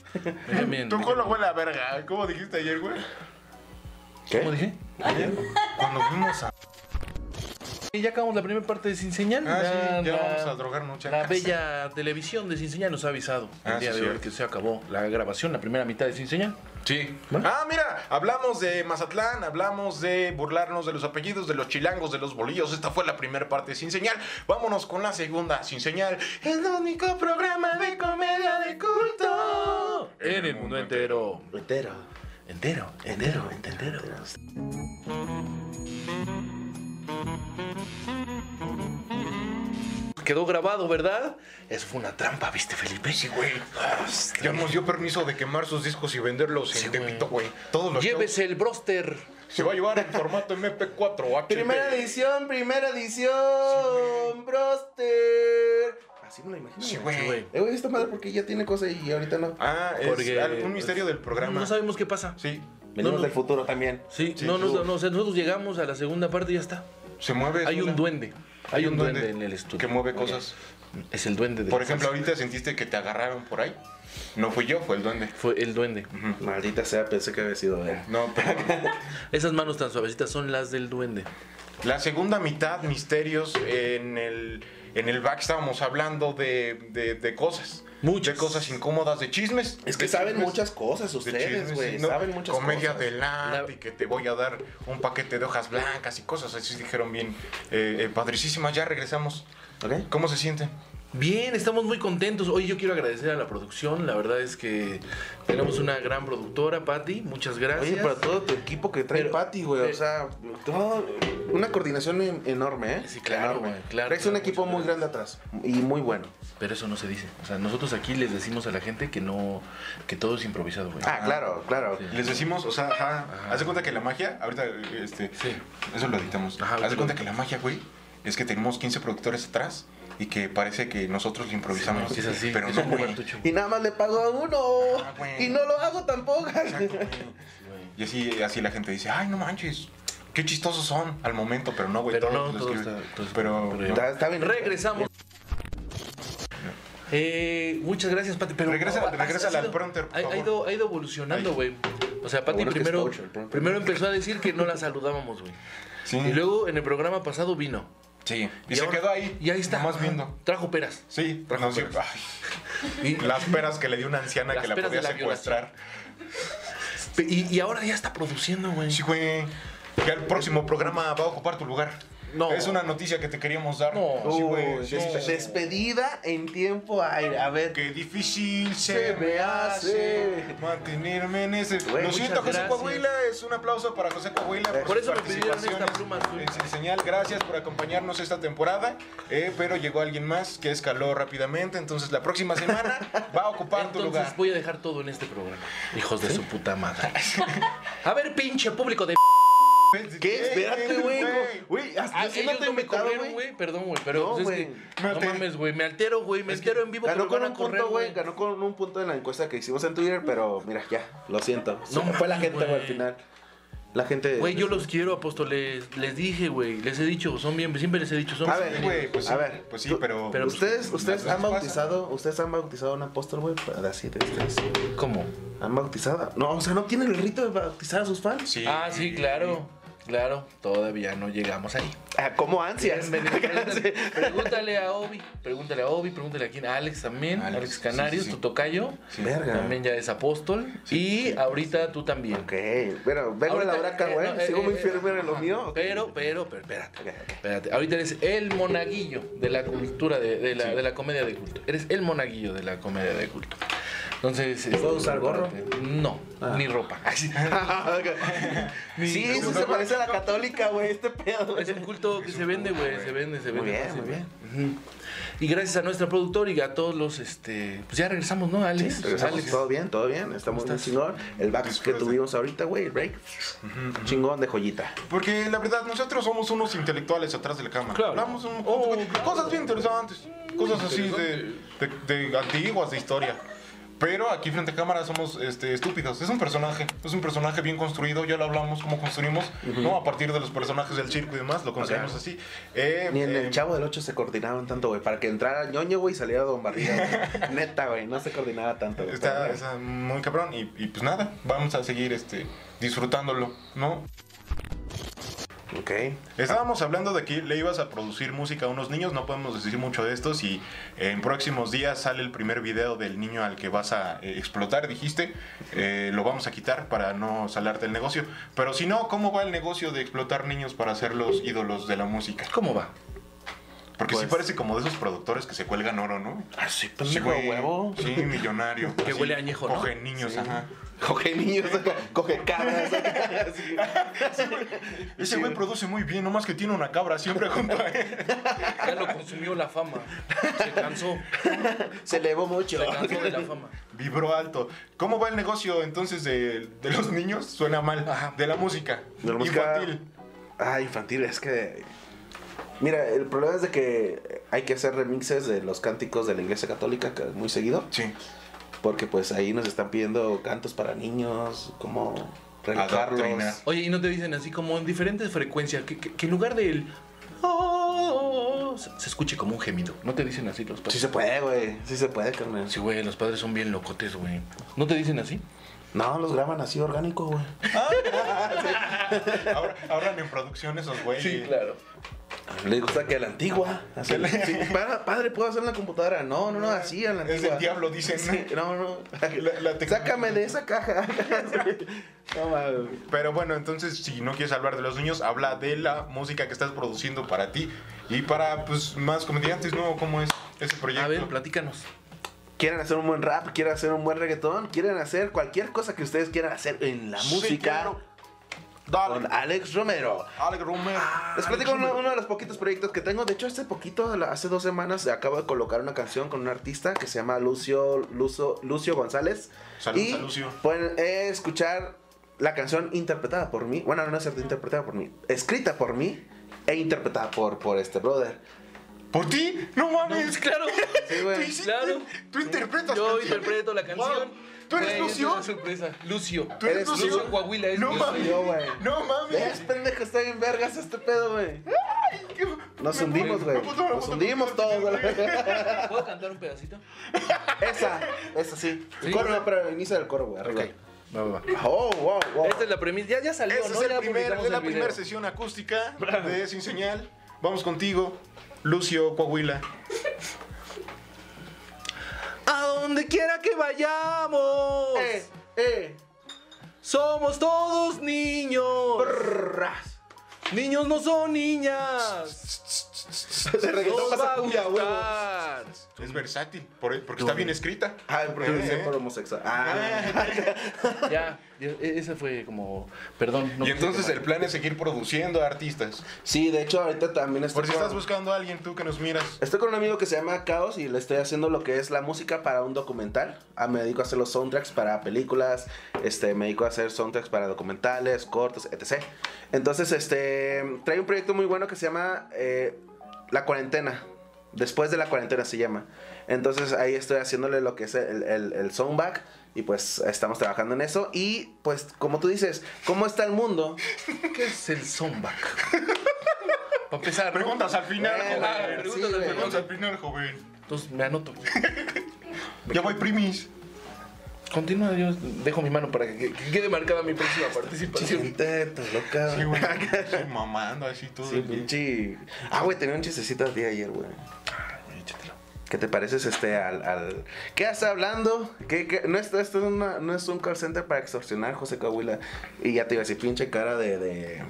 Mira, miren, Tu culo huele a verga. ¿eh? ¿Cómo dijiste ayer, güey? ¿Cómo dije? Cuando fuimos a. Y ya acabamos la primera parte de Sin Señal. Ah, sí, ya la- vamos a drogarnos. La chacas. bella televisión de Sin Señal nos ha avisado Ah, el día sí, de hoy cierto. que se acabó la grabación, la primera mitad de Sin Señal. Sí. ¿Va? Ah, mira, hablamos de Mazatlán, hablamos de burlarnos de los apellidos, de los chilangos, de los bolillos. Esta fue la primera parte sin señal. Vámonos con la segunda sin señal. El único programa de comedia de culto. En el mundo entero. Entero. Entero, entero, entero. Quedó grabado, ¿verdad? Eso fue una trampa, ¿viste, Felipe? Sí, güey. Ya nos dio permiso de quemar sus discos y venderlos en Sí, güey. Tepito, güey. Todos los Llévese el broster. shows se va a llevar en formato MP4 HD. Primera edición, primera edición. Broster. Así me lo imagino. Sí, Sí, güey. güey. Eh, güey, esta madre porque ya tiene cosa y ahorita no. Ah, es Porque- algún misterio del programa. No sabemos qué pasa. Sí, Venimos No, no. del futuro también. Sí, Sí, no, no, tú- no, o sea, nosotros llegamos a la segunda parte y ya está. se mueve. Hay sola. un duende. Hay un duende en el estudio. que mueve cosas. Es el duende de Por la ejemplo, salsa. ahorita sentiste que te agarraron por ahí. No fui yo, fue el duende. Fue el duende. Maldita sea, pensé que había sido él. No, pero Esas manos tan suavecitas son las del duende. la segunda mitad, misterios, en el, en el back estábamos hablando de, de- de cosas. Muchas. De cosas incómodas, de chismes. Es que de saben chismes, muchas cosas de ustedes, chismes, güey. sí, ¿no? Saben muchas Comedia cosas. de lat La- y que te voy a dar un paquete de hojas blancas y cosas así dijeron bien. Eh, eh, padricísimas, ya regresamos. Ok. ¿Cómo se sienten? Bien, estamos muy contentos. Hoy yo quiero agradecer a la producción. La verdad es que tenemos una gran productora, Patti. Muchas gracias. Oye, pero todo tu equipo que trae Pero- Patty, güey. pero- o sea, todo- una coordinación en- enorme, ¿eh? Sí, claro, Enorme. güey, claro, Traes claro, un equipo muchas muy grande atrás y muy bueno. Pero eso no se dice. O sea, nosotros aquí les decimos a la gente que no, que todo es improvisado, güey. Ah, claro, claro. Sí. Les decimos, o sea, ajá, haz de cuenta que la magia, ahorita, este, Sí. eso lo editamos. Ajá, haz de lo- cuenta que la magia, güey, es que tenemos 15 productores atrás y que parece que nosotros lo improvisamos. Sí, es así. pero es no, un güey. cuartucho. Y nada más le pago a uno. Ah, güey. y no lo hago tampoco. Exacto, güey. Y así, así la gente dice, ay, no manches, qué chistosos son al momento, pero no, güey. Pero todos no, los todo que- está- todo está- pero, pero- está, está bien. Regresamos. Eh, muchas gracias, Pati. Pero Regresa- ha- regresa ha al sido- prompter, por ha, favor. ha ido, ha ido evolucionando, Ahí. güey. O sea, Pati bueno es que es primero, touch el prompter. primero empezó a decir que no la saludábamos, güey. Sí, Y luego en el programa pasado vino. sí. Y, se ahora- quedó ahí. Y ahí está. Nomás viendo. Trajo peras. Sí, nos dio- ay, Y, las peras que le dio una anciana Las que la peras de podía la violación. secuestrar. y- y ahora ya está produciendo, güey. Sí, güey. Que el próximo programa va a ocupar tu lugar. No. Es una noticia que te queríamos dar. No. Sí, Uy, güey. Sí. despe- Despedida en tiempo aire. A ver. Qué difícil Se se me me hace hace. mantenerme en ese. Güey, Lo muchas siento, José gracias. Coahuila. Es un aplauso para José Coahuila. Por sus eso me pidieron esta participaciones pluma azul. en Sin señal, gracias por acompañarnos esta temporada. eh, pero llegó alguien más que escaló rápidamente. Entonces, la próxima semana va a ocupar tu lugar. Entonces voy a dejar todo en este programa. Hijos de su puta madre. A ver, pinche público de. ¿Qué? Espérate, güey. Güey, hasta Ah, eso ellos te no me invitaron, corrieron, güey. Perdón, güey. Pero No, pues, es güey. que. No Espérate. mames, güey. Me altero, güey. Me altero en vivo. que Ganó me con van un a correr, punto, güey. Ganó con un punto en la encuesta que hicimos en Twitter, pero mira, ya, lo siento. No, No, fue la gente, güey, güey. al final. La gente. Güey, yo los quiero, apóstoles. Les dije, güey. Les he dicho, son bien. Siempre les he dicho, son A ver, bienvenidos. Güey, pues sí, A ver, pues sí, tú- pero. pero Ustedes, ustedes Las han cosas bautizado, ustedes han bautizado a un apóstol, güey, para así de ustedes. ¿Cómo? Han bautizado. No, o sea, no tienen el rito de bautizar a sus fans. Sí. Ah, sí, claro. Claro, todavía no llegamos ahí. Ah, ¿Cómo ansias? Pregúntale, pregúntale a Obi, pregúntale a Obi, pregúntale a quién, a Alex también, Alex, Alex, sí, Canarios, sí, sí. tu tocayo, Sí. Verga. también ya es apóstol, y ahorita tú también. Ok, pero vengo de la Ahorita, huraca, eh, güey. no, eh, Sigo muy eh, firme en lo mío. ok. Pero, pero, pero, espérate, Ok, ok. espérate. Ahorita eres el monaguillo de la cultura, de, de la, de la comedia de culto. Eres el monaguillo de la comedia de culto. Entonces... ¿Puedo este, usar gorro? Ah. No, ni ropa. sí, eso se parece a la católica, güey, este pedo. güey. Es un culto que se vende, güey, se vende, se Muy vende. bien, fácil, muy bien. güey. Ujú. Y gracias a nuestra productora y a todos los, este, pues ya regresamos, ¿no, Alex? Regresamos, Alex. todo bien, todo bien, estamos muy estás? chingón. El back que Disfruta. tuvimos ahorita, güey, el break, chingón de joyita. Porque la verdad, nosotros somos unos intelectuales atrás de la cámara. Claro. Hablamos un- Oh, cosas bien interesantes, cosas así de, de- de antiguas, de historia. Pero aquí frente a cámara somos este, estúpidos. Es un personaje, es un personaje bien construido. Ya lo hablamos, cómo construimos, ¿no? A partir de los personajes del circo y demás, lo construimos Ok. así. Eh, Ni en eh, el Chavo del 8 se coordinaban tanto, güey, para que entrara ñoño, güey, y saliera Don Barriga. güey. Neta, güey, no se coordinaba tanto. güey. Está, Pero, está muy cabrón. Y, y pues nada, vamos a seguir este, disfrutándolo, ¿no? Ok. Estábamos hablando de que le ibas a producir música a unos niños, no podemos decir mucho de esto. Si en próximos días sale el primer video del niño al que vas a eh, explotar, dijiste, eh, lo vamos a quitar para no salarte el negocio. Pero si no, ¿cómo va el negocio de explotar niños para ser los ídolos de la música? ¿Cómo va? Porque sí Pues- parece como de esos productores que se cuelgan oro, ¿no? Así, Sí, pendejo, güey. pues, huevo. Sí, millonario. Que Así, huele a añejo, ¿no? Coge niños, ajá. Coge niños, co- coge cabras. así. Ese güey produce muy bien, nomás que tiene una cabra siempre junto a él. Ya lo consumió la fama. Se cansó. Se elevó mucho. Se cansó de la fama. Vibró alto. ¿Cómo va el negocio entonces de, de los niños? Suena mal. Ajá. De la música. De la música- Infantil. Ah, infantil, es que. Mira, el problema es de que hay que hacer remixes de los cánticos de la iglesia católica que muy seguido. Sí. Porque pues ahí nos están pidiendo cantos para niños, como Adoctrinar. relajarlos. Oye, ¿y no te dicen así como en diferentes frecuencias? Que, que- que en lugar del... "Oh", se, se escuche como un gemido. ¿No te dicen así los Pues, Sí padres? se puede, güey. Sí se puede, carnal. Sí, güey, los padres son bien locotes, güey. ¿No te dicen así? No, los graban así orgánico, güey. Ahora, ahora en producción esos güeyes. claro. Le gusta que a la antigua. Así, sí, para- padre, ¿puedo hacer en la computadora? No, no, no, así a la antigua. Es del diablo, dicen. Sí, no, no. La- la tecnología. Sácame de esa caja. no mames. Pero bueno, entonces si no quieres hablar de los niños, habla de la música que estás produciendo para ti y para pues más comediantes, ¿no? ¿Cómo es ese proyecto? A ver, platícanos. Quieren hacer un buen rap, quieren hacer un buen reggaetón, quieren hacer cualquier cosa que ustedes quieran hacer en la Sí, música claro. Dale. con Alex Romero. Alex Romero. Ah, Les platico Alex uno, Romero. uno de los poquitos proyectos que tengo. De hecho, hace poquito, la- hace dos semanas, acabo de colocar una canción con un artista que se llama Lucio, Luzo- Lucio González. Saludos y a Lucio. Pueden eh, escuchar la canción interpretada por mí. Bueno, no es cierto, interpretada por mí. Escrita por mí e interpretada por, por este brother. ¿Por ti? No mames. claro. Sí, Tú güey. hiciste- Claro. Tú interpretas. Yo canciones. interpreto la canción. Wow. ¿Tú eres Güey, es Lucio? una sorpresa. Lucio. ¿Tú eres Eres Lucio? Lucio Coahuila, es no Lucio. mames. Yo, güey. No Es mames. pendejo, está bien vergas este pedo, güey. Qué- Nos me hundimos, puso- güey. me puso una Nos foto hundimos contigo, todos, güey. güey. ¿Puedo cantar un pedacito? Esa, esa sí. Sí. Coro, no, pero inicia el coro, güey. arriba. Va, va, Este va. Oh, wow, wow. Esta es la premisa. Ya, ya salió, Ese ¿no? es el Ya primer, publicamos es la el video. primera sesión acústica de Sin Señal. Vamos contigo, Lucio Coahuila. A donde quiera que vayamos, Eh, eh. somos todos niños. Niños no son niñas. De reggaetón Nos va pasa a cumbia, huevo. gustar. Es versátil, por- porque está bien escrita. Ah, porque Eh, dice eh. por homosexual. Ah, Ya, e- ese fue como. Perdón. no Y quise entonces tomar. el plan es seguir produciendo artistas. sí, de hecho, ahorita también estoy Por si con, estás buscando a alguien tú que nos miras. estoy con un amigo que se llama Caos y le estoy haciendo lo que es la música para un documental. Ah, me dedico a hacer los soundtracks para películas, este, me dedico a hacer soundtracks para documentales, cortos, etc. Entonces, este, trae un proyecto muy bueno que se llama eh, La Cuarentena. Después de la cuarentena se llama. Entonces ahí estoy haciéndole lo que es el, el, el soundback y pues estamos trabajando en eso. Y pues como tú dices, ¿cómo está el mundo? ¿Qué es el soundback? Para empezar. ¿no? Preguntas al final, Bueno, joven. preguntas sí, al güey. Preguntas final. al final, joven. Entonces me anoto. Ya voy, primis. Continúa, yo dejo mi mano para que que quede marcada mi próxima participación. Chiste, estás loca. Sí, güey. Sí, mamando así todo. Sí, el día. pinche. Ah, güey, tenía un chistecito de ti ayer, güey. ¿Qué te pareces este al. al... ¿Qué estás hablando? ¿Qué, qué- No, esto, esto es una- no es un call center para extorsionar, José Cahuila. Y ya te iba a decir, pinche cara de. de...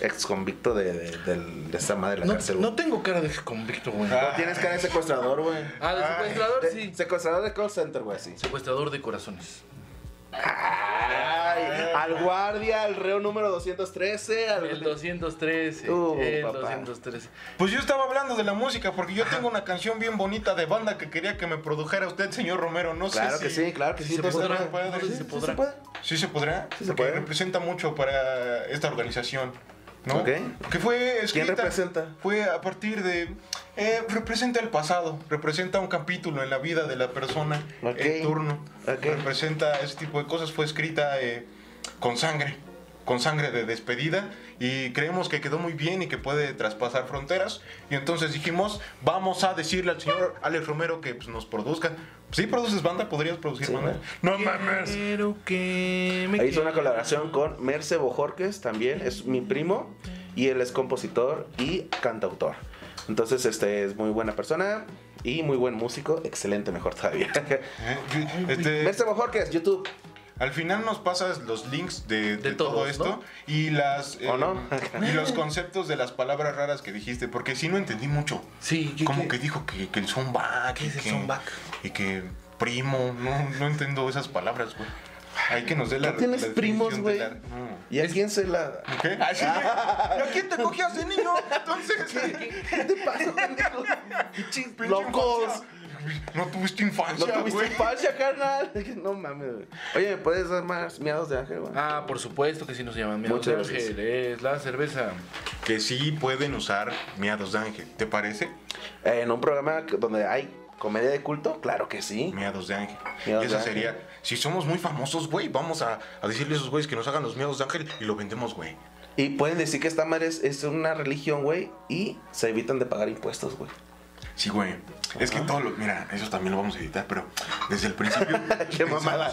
Ex convicto de, de, del- de esta madre de la No, cárcel, güey. no tengo cara de convicto, güey. Ah. Tienes cara de secuestrador, güey. Ah, de secuestrador, De- sí. Secuestrador de call center, güey, sí. Secuestrador de corazones. Ay, al guardia, al reo número 213, al... El 213. Uh, el papá. 213. Pues yo estaba hablando de la música porque yo tengo una canción bien bonita de banda que quería que me produjera usted, señor Romero. No Claro sé que si- sí, claro que sí. si se todo podrá, eso- padre. Sí, se sí podrá. puede. Sí se podrá, Sí se porque puede. representa mucho para esta organización. ¿no? Ok. Que fue escrita, representa? Fue a partir de... eh, representa el pasado, representa un capítulo en la vida de la persona Ok. en turno. Ok. Representa ese tipo de cosas. Fue escrita eh, con sangre, con sangre de despedida y creemos que quedó muy bien y que puede traspasar fronteras. Y entonces dijimos, vamos a decirle al señor Alex Romero que pues, nos produzca. Si produces banda, podrías producir Sí. banda. No mames. Quiero que me Ahí hizo una colaboración con Merce Bojorques también, es mi primo y él es compositor y cantautor. Entonces, este es muy buena persona y muy buen músico, excelente mejor todavía. Eh, yo- este, Merce Bojorques, YouTube. al final nos pasas los links de, de De todo todos, esto ¿no? y las eh, ¿O no? y los conceptos de las palabras raras que dijiste, porque si no entendí mucho. Sí, ¿qué- Como qué? que dijo que, que el zumba, que, ¿Qué es el que- zumba? y que primo, no, no entiendo esas palabras, güey. Hay que nos dé la ¿No tienes la primos, definición güey? de la- no. ¿Y a quién se la.? ¿Qué? Ah, sí, güey. ¿Y a quién te cogías de niño? Entonces, ¿Qué te pasa, pendejo? Pinches pinche Locos. infancia. No tuviste No infancia, tuviste güey. infancia, carnal. No mames, güey. Oye, ¿me puedes dar más miados de ángel, güey? Ah, por supuesto que sí nos llaman. Mira, Muchas Muchas gracias. Es la cerveza. Que sí pueden usar miados de ángel, ¿te parece? Eh, en un programa que- donde hay comedia de culto, claro que sí. Miedos de ángel. Miados y esa de ángel. sería, si somos muy famosos, güey, vamos a, a decirle a esos güeyes que nos hagan los miedos de ángel y lo vendemos, güey. Y pueden decir que esta madre es, es una religión, güey, y se evitan de pagar impuestos, güey. Sí, güey. Es que todo lo. Mira, eso también lo vamos a editar, pero desde el principio. Qué mamada.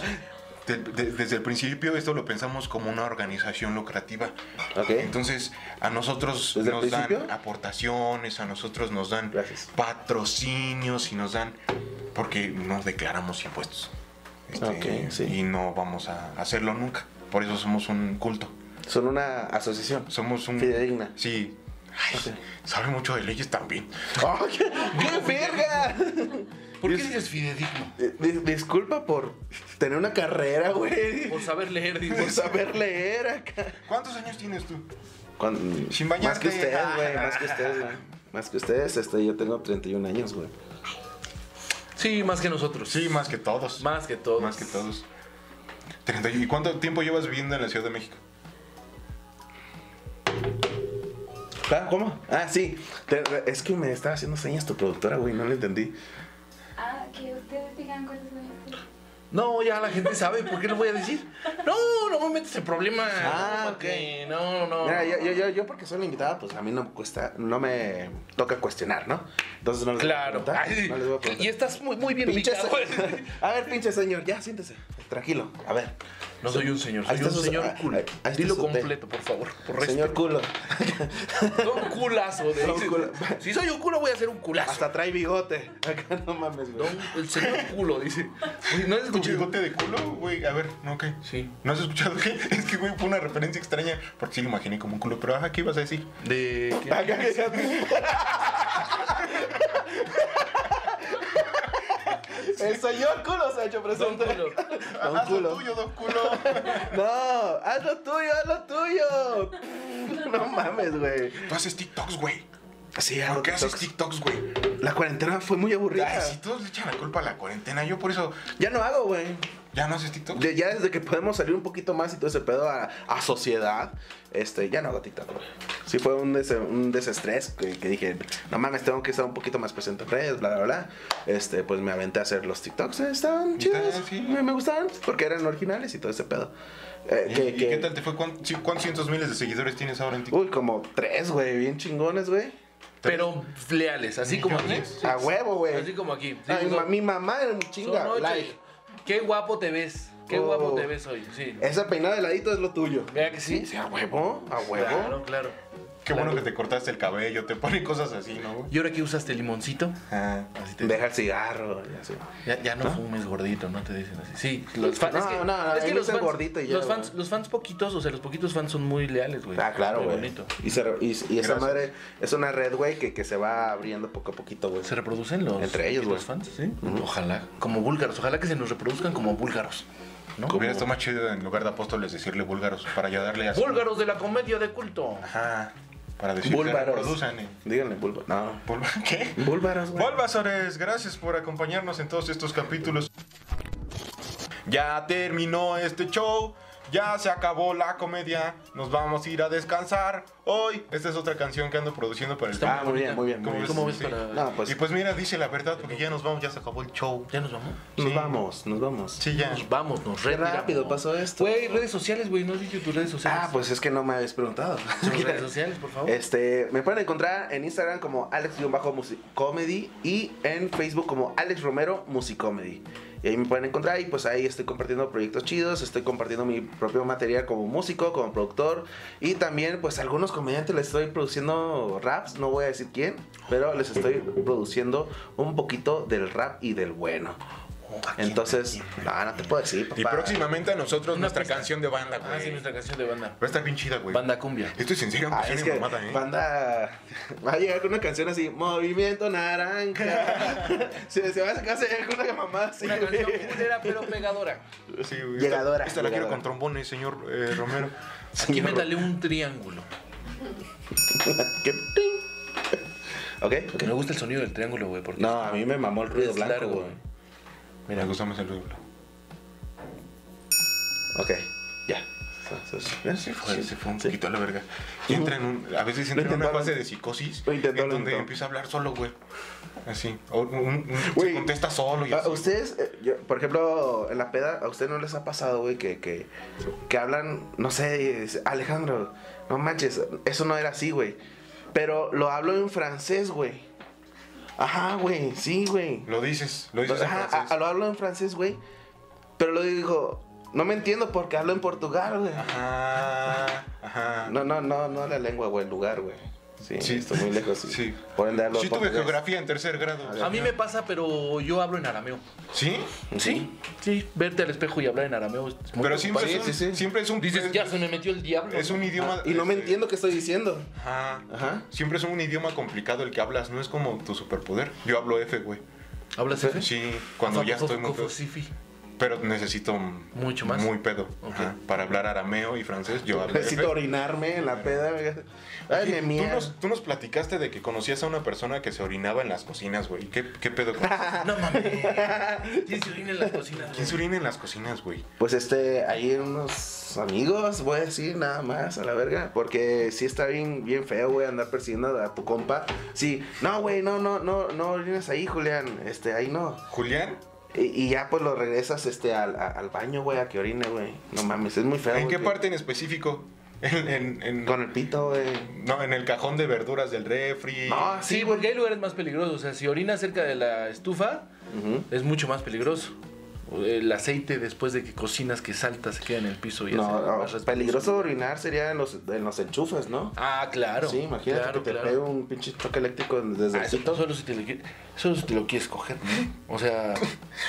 de- de- desde el principio esto lo pensamos como una organización lucrativa. Ok. Entonces, a nosotros ¿Desde el nos dan principio? aportaciones, a nosotros nos dan Gracias. patrocinios y nos dan. Porque no declaramos impuestos. Este, Ok, sí. Y no vamos a hacerlo nunca. Por eso somos un culto. Son una asociación. Somos un. Fidedigna. Sí. Ay, Sabe mucho de leyes también. ¡Ay, qué, qué verga! ¿Por qué dices fidedigno? Eh, dis- disculpa por tener una carrera, güey. Por saber leer, Por dices. saber leer acá. ¿Cuántos años tienes tú? Con- Sin más bañarte. que ustedes, güey. Más que ustedes, güey. Más que ustedes, este, yo tengo 31 años, güey. Sí, más que nosotros. Sí, más que todos. Más que todos. Más que todos. 30 ¿Y cuánto tiempo llevas viviendo en la Ciudad de México? Ah, ¿Cómo? Ah, sí. Te- Es que me estaba haciendo señas tu productora, güey. No lo entendí. Ah, que ustedes digan cuál es mi No, ya la gente sabe. ¿Por qué lo voy a decir? No, no me metes en problemas. Ah, No, ok. porque- No, no. Mira, yo, yo, yo, yo porque soy la invitada, pues a mí no me cuesta, no me toca cuestionar, ¿no? Entonces no les Claro. voy a preguntar. Ay, no les voy a preguntar. y estás muy, muy bien Pinche ubicado. se- a ver, pinche señor, ya siéntese. Tranquilo, a ver. No soy un señor, Ahí soy está un su- señor ah, culo. ahí está Dilo su té. completo, por favor. Por Señor culo. respeto. Don culazo. de- Don culo. Si soy un culo, voy a ser un culazo. Hasta trae bigote. Acá no mames, güey. Don, el señor culo, dice. Oye, ¿No has ¿Tu escuchado? bigote de culo, güey? A ver, no, ¿qué? Sí. ¿No has escuchado qué? Es que, güey, fue una referencia extraña. Porque sí lo imaginé como un culo. Pero, ajá, ¿qué ibas a decir? De. ¿qué? Acá que sea- El señor culo se ha hecho Don presente. culo. Don Ah, Haz culo. lo tuyo, don culo. No, haz lo tuyo, haz lo tuyo. No mames, güey. Tú haces TikToks, güey. Sí, ¿Por qué haces TikToks, güey? La cuarentena fue muy aburrida. Ay, si todos le echan la culpa a la cuarentena, yo por eso Ya no hago, güey. ya no haces TikTok. De- Ya desde que podemos salir un poquito más y todo ese pedo a, a sociedad, este, ya no hago TikTok, güey. Sí fue un, des- un desestrés que, que dije, no mames, tengo que estar un poquito más presente en redes, bla, bla, bla. Este, pues me aventé a hacer los TikToks, eh, estaban chidos, tal? Sí. me, me gustaban porque eran originales y todo ese pedo. Eh, ¿Y, que- y que- qué tal te fue? ¿Cuán- sí, ¿Cuántos cientos miles de seguidores tienes ahora en TikTok? Uy, como tres, güey, bien chingones, güey. Pero leales, así como aquí. Millones. A huevo, güey. Así como aquí. Sí, Ay, son- ma- mi mamá era un chinga, son ocho. like. Qué guapo te ves. Qué Oh. guapo te ves hoy. Sí. Esa peinada de ladito es lo tuyo. Vea que sí. Sí, a huevo, a huevo. Claro, claro. Qué bueno que te cortaste el cabello, te ponen cosas así, ¿no, güey? ¿Y ahora que usaste limoncito? Ah. Así te- Deja el cigarro. y así. Ya, ya no, fumes gordito, no te dicen así. Sí, los fans. No, es que, ¿Ah? no, no, es ahí que me los dicen fans, gordito y ya, los, fans, güey. los fans poquitos, o sea, los poquitos fans son muy leales, güey. Ah, claro, Muy güey. bonito. Y, se re- y- y esa Gracias. madre es una red, güey, que, que se va abriendo poco a poquito, güey. Se reproducen los, Entre ellos, los güey. fans, sí. Ojalá, como búlgaros, ojalá que se nos reproduzcan como búlgaros. ¿no? Hubiera Como estado más chido en lugar de apóstoles decirle búlgaros para ayudarle a su- Búlgaros de la comedia de culto. Ajá. Para decirle Búlvaros. reproducen. eh. y- Díganle búlvaros. No. Búlva- ¿Qué? Búlvaros, güey. Bulbasaures, gracias por acompañarnos en todos estos capítulos. Ya terminó este show, ya se acabó la comedia, nos vamos a ir a descansar. Hoy, esta es otra canción que ando produciendo para el Ah, muy bien, muy bien. ¿Cómo ves? muy bien. ¿Cómo ves Sí. para.? No, pues Y pues mira, dice la verdad porque ya nos vamos, ya se acabó el show. ¿Ya nos vamos? nos sí. vamos, nos vamos. Sí, ya. Nos Pues vamos, nos Qué retiramos. rápido pasó esto. Güey, redes sociales, güey. No has dicho tus redes sociales. Ah, pues es que no me habéis preguntado. Tus redes sociales, por favor. Este, me pueden encontrar en Instagram como Alex-Comedy y en Facebook como Alex Romero Musicomedy. Y ahí me pueden encontrar y pues ahí estoy compartiendo proyectos chidos, estoy compartiendo mi propio material como músico, como productor y también pues a algunos comediantes les estoy produciendo raps, no voy a decir quién, pero les estoy produciendo un poquito del rap y del bueno. Entonces, no, no te puedo decir, papá. Y próximamente a nosotros Una nuestra pista. canción de banda, güey. Ah, sí, nuestra canción de banda. Va a estar bien chida, güey. Banda cumbia. Esto es en serio, Ah, aunque es sea que mi mamada, ¿eh? banda va a llegar con una canción así, Movimiento Naranja. se, se va a sacar con una mamada así. Una canción güey. culera pero pegadora. Sí, güey. Esta- Llegadora, Esta la quiero llegadora. con trombones, señor eh, Romero. Aquí métale un triángulo. Que- ok, ok. Me gusta el sonido del triángulo, güey. Porque No, a mí me mamó el ruido Es blanco, largo, güey. güey. Mira, gusta más el ruido. Ok, ya. So- so- ¿ves? Se fue, se fue un Sí. poquito a la verga. Y entra en un, a veces Lo entra en una intentó, fase lo- de psicosis lo intentó, en lo donde intentó. empieza a hablar solo, güey. Así. O un- un- un- Güey. se contesta solo y A- así. a ustedes, eh, yo- por ejemplo, en la peda, ¿a ustedes no les ha pasado, güey, que, que, que hablan, no sé, es- Alejandro, no manches, eso no era así, güey? Pero lo hablo en francés, güey. Ajá, güey, sí, güey. Lo dices, lo dices en Ajá, francés. a- a- lo hablo en francés, güey. Pero lo digo, no me entiendo porque hablo en Portugal, güey. Ajá, ajá. ah, No, no, no, no la lengua, güey, el lugar, güey. Sí, Sí. estoy muy lejos. Sí. Sí. Por ende hablo sí tuve portugués. geografía en tercer grado. A mí me pasa, pero yo hablo en arameo. ¿Sí? Sí, sí. Verte al espejo y hablar en arameo es muy Pero siempre, Sí, es un, sí, sí. siempre es un... Dices, es, ya se me metió el diablo. es un idioma... Ah, Y no me este, entiendo qué estoy diciendo. Ajá. Ajá. Siempre es un idioma complicado el que hablas, no es como tu superpoder. Yo hablo F, güey. ¿Hablas ¿Eh? F? Sí, cuando ya estoy muy... pedo. Cofosifi. Pero necesito mm, Mucho más. Muy pedo. Ok. Ajá. Para hablar arameo y francés, yo hablo. Necesito orinarme en la peda. güey. Ay, me tú, mía. nos, tú nos platicaste de que conocías a una persona que se orinaba en las cocinas, güey. ¿Qué, qué pedo? con- No mames. ¿Quién se orina en la cocina? ¿Quién se orina en las cocinas, güey? Pues este, hay unos amigos, voy a decir nada más a la verga, porque sí está bien, bien feo, güey, andar persiguiendo a tu compa. Sí, no, güey, no, no, no, no orines ahí, Julián, este, ahí no. Julián, Y, y ya pues lo regresas, este, al, a- al baño, güey, a que orine, güey. No mames, es muy feo. ¿en qué güey. parte en específico? En, en- en- Con el pito, güey. no, en el cajón de verduras del refri. No, Sí, Ah, sí, güey. porque hay lugares más peligrosos. O sea, si orinas cerca de la estufa, Ujú. es mucho más peligroso. El aceite después de que cocinas que salta se queda en el piso y hace No, más no, respetuoso. peligroso orinar sería en los, en los enchufes, ¿no? Ah, claro. sí, imagínate claro, que te claro. pegue un pinche choque eléctrico desde Ah, el eso pito. solo si te lo quieres, solo si te lo quieres coger, ¿no? O sea,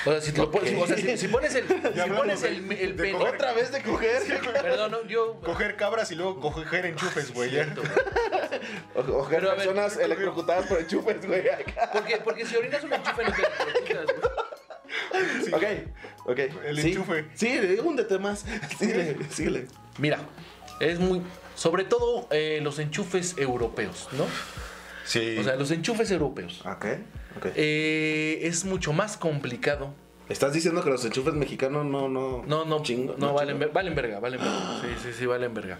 o sea, si te lo pones, o sea, si, si pones el, si hablamos pones de- el, el de pelo- coger. otra vez. de coger. Perdón, no, yo Coger cabras y luego coger enchufes, güey. Cierto, güey. O, o que Pero a ver, personas electrocutadas por enchufes, güey. acá. Porque, porque si orinas un enchufe no te electrocutas, güey. Sí. Ok, ok. El Sí, enchufe. Sí, húndete más. Síguele, síguele. Mira, es muy. Sobre todo eh, los enchufes europeos, ¿no? Sí. O sea, los enchufes europeos. Ok, ok. Eh, es mucho más complicado. ¿Estás diciendo que los enchufes mexicanos no, no. No, no, chingo- no, valen, chingo? ver- valen verga, valen verga. Sí, sí, sí, valen verga.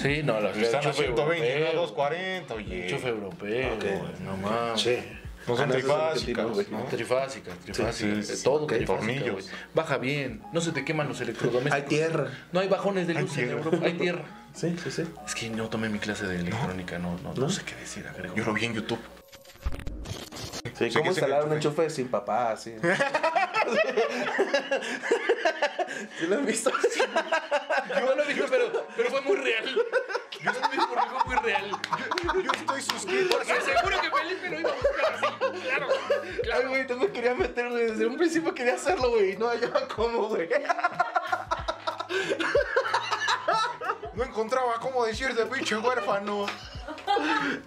Sí, no, los Están a enchufe 120, no a europeo. 240, oye. Enchufe europeo, Ok. güey, no mames. Che. No son Ah, esos trifásicas, los que tienen, ¿no? güey. Trifásica, trifásica, Sí, sí, sí. todo Ok. trifásica, Tornillos. güey. Baja bien, no se te queman los electrodomésticos. Hay tierra. No hay bajones de Hay luz en tierra. Europa, hay tierra. Sí, sí, sí. Es que no tomé mi clase de electrónica, no, no, no, ¿No? sé qué decir, agrego. Yo lo vi en YouTube. Sí, que Sí, ¿Cómo se instalar un enchufe. enchufe sin papá? Así. ¿Sí lo han visto? Yo no lo vi, pero, pero fue muy real. Yo no lo vi porque fue muy real. Yo estoy suscrito. Porque seguro que Felipe lo iba a buscar así. Claro, Ay, güey, no me quería meter, güey. Desde un principio quería hacerlo, güey. y No hallaba cómo, güey. No encontraba cómo decirte, pinche huérfano.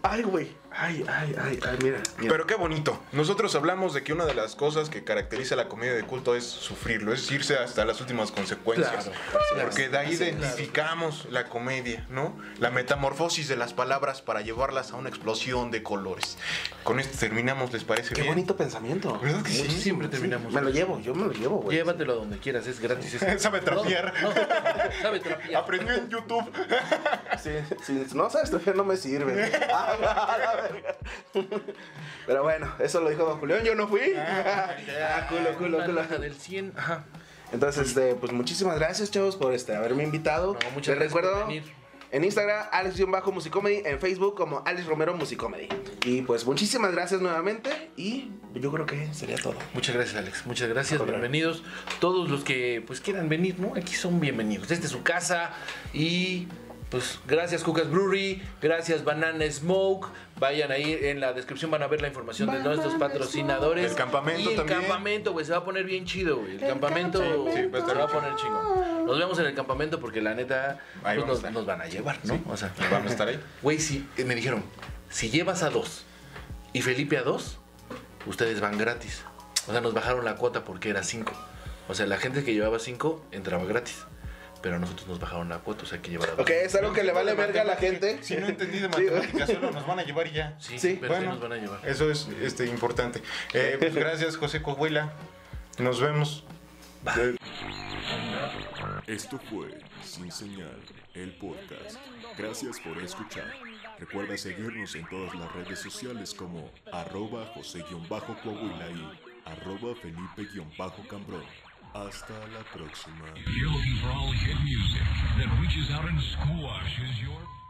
Ay, güey. Ay, ay, ay, ay, mira. mira. Pero qué bonito. Nosotros hablamos de que una de las cosas que caracteriza la comedia de culto es sufrirlo, es irse hasta las últimas consecuencias. Claro, porque de ahí identificamos la comedia, ¿no? La metamorfosis de las palabras para llevarlas a una explosión de colores. Con esto terminamos, ¿les parece Qué bien? bonito pensamiento. ¿Verdad que sí? Mucho- siempre terminamos. Me lo llevo, yo me lo llevo, güey. Pues, Llévatelo a donde quieras, es gratis. es- Sabe trapear. No, no, sabe trapear. Aprendió en YouTube. Sí, sí, no sabes, todavía no me sirve. Ah, a la verga. Pero bueno, eso lo dijo Don Julián, yo no fui. Ah, culo, culo, Una culo. nota del 100. Ajá. Entonces, este, pues muchísimas gracias, chavos, por este, haberme invitado. No, Les muchas gracias recuerdo por venir. en Instagram, Alex-Musicomedy, en Facebook como Alex Romero Musicomedy. Y pues muchísimas gracias nuevamente y yo creo que sería todo. Muchas gracias, Alex. Muchas gracias. Al contrario. Bienvenidos todos los que pues quieran venir, ¿no? Aquí son bienvenidos. Esta es su casa y pues gracias Cucas Brewery, gracias Banana Smoke. Vayan ahí en la descripción van a ver la información de Banana nuestros patrocinadores. Smoke. El campamento y el también. campamento, güey, se va a poner bien chido, güey. El, El campamento, campamento. Sí, va a se estar va a bien poner chingón. Nos vemos en el campamento porque la neta Ahí vamos a pues, nos, estar. nos van a llevar, ¿no? O sea, Vamos a estar ahí. Güey, si eh, me dijeron, si llevas a dos y Felipe a dos, ustedes van gratis. O sea, nos bajaron la cuota porque era cinco. O sea, la gente que llevaba cinco entraba gratis. Pero a nosotros nos bajaron la cuota, o sea, hay que llevar a dos. Ok, es algo que le vale De verga a la matemática. gente. Si no entendí de Sí, güey. matemáticas, solo nos van a llevar y ya. Sí, sí, pero sí nos van a llevar. Eso es este, importante. Eh, pues, gracias, José Coahuila. Nos vemos. Eh, Esto fue Sin Señal, el podcast. Gracias por escuchar. Recuerda seguirnos en todas las redes sociales como arroba José-Coahuila y arroba Felipe-Cambrón. Hasta la próxima. Yearly for all hit music that reaches out and squashes your.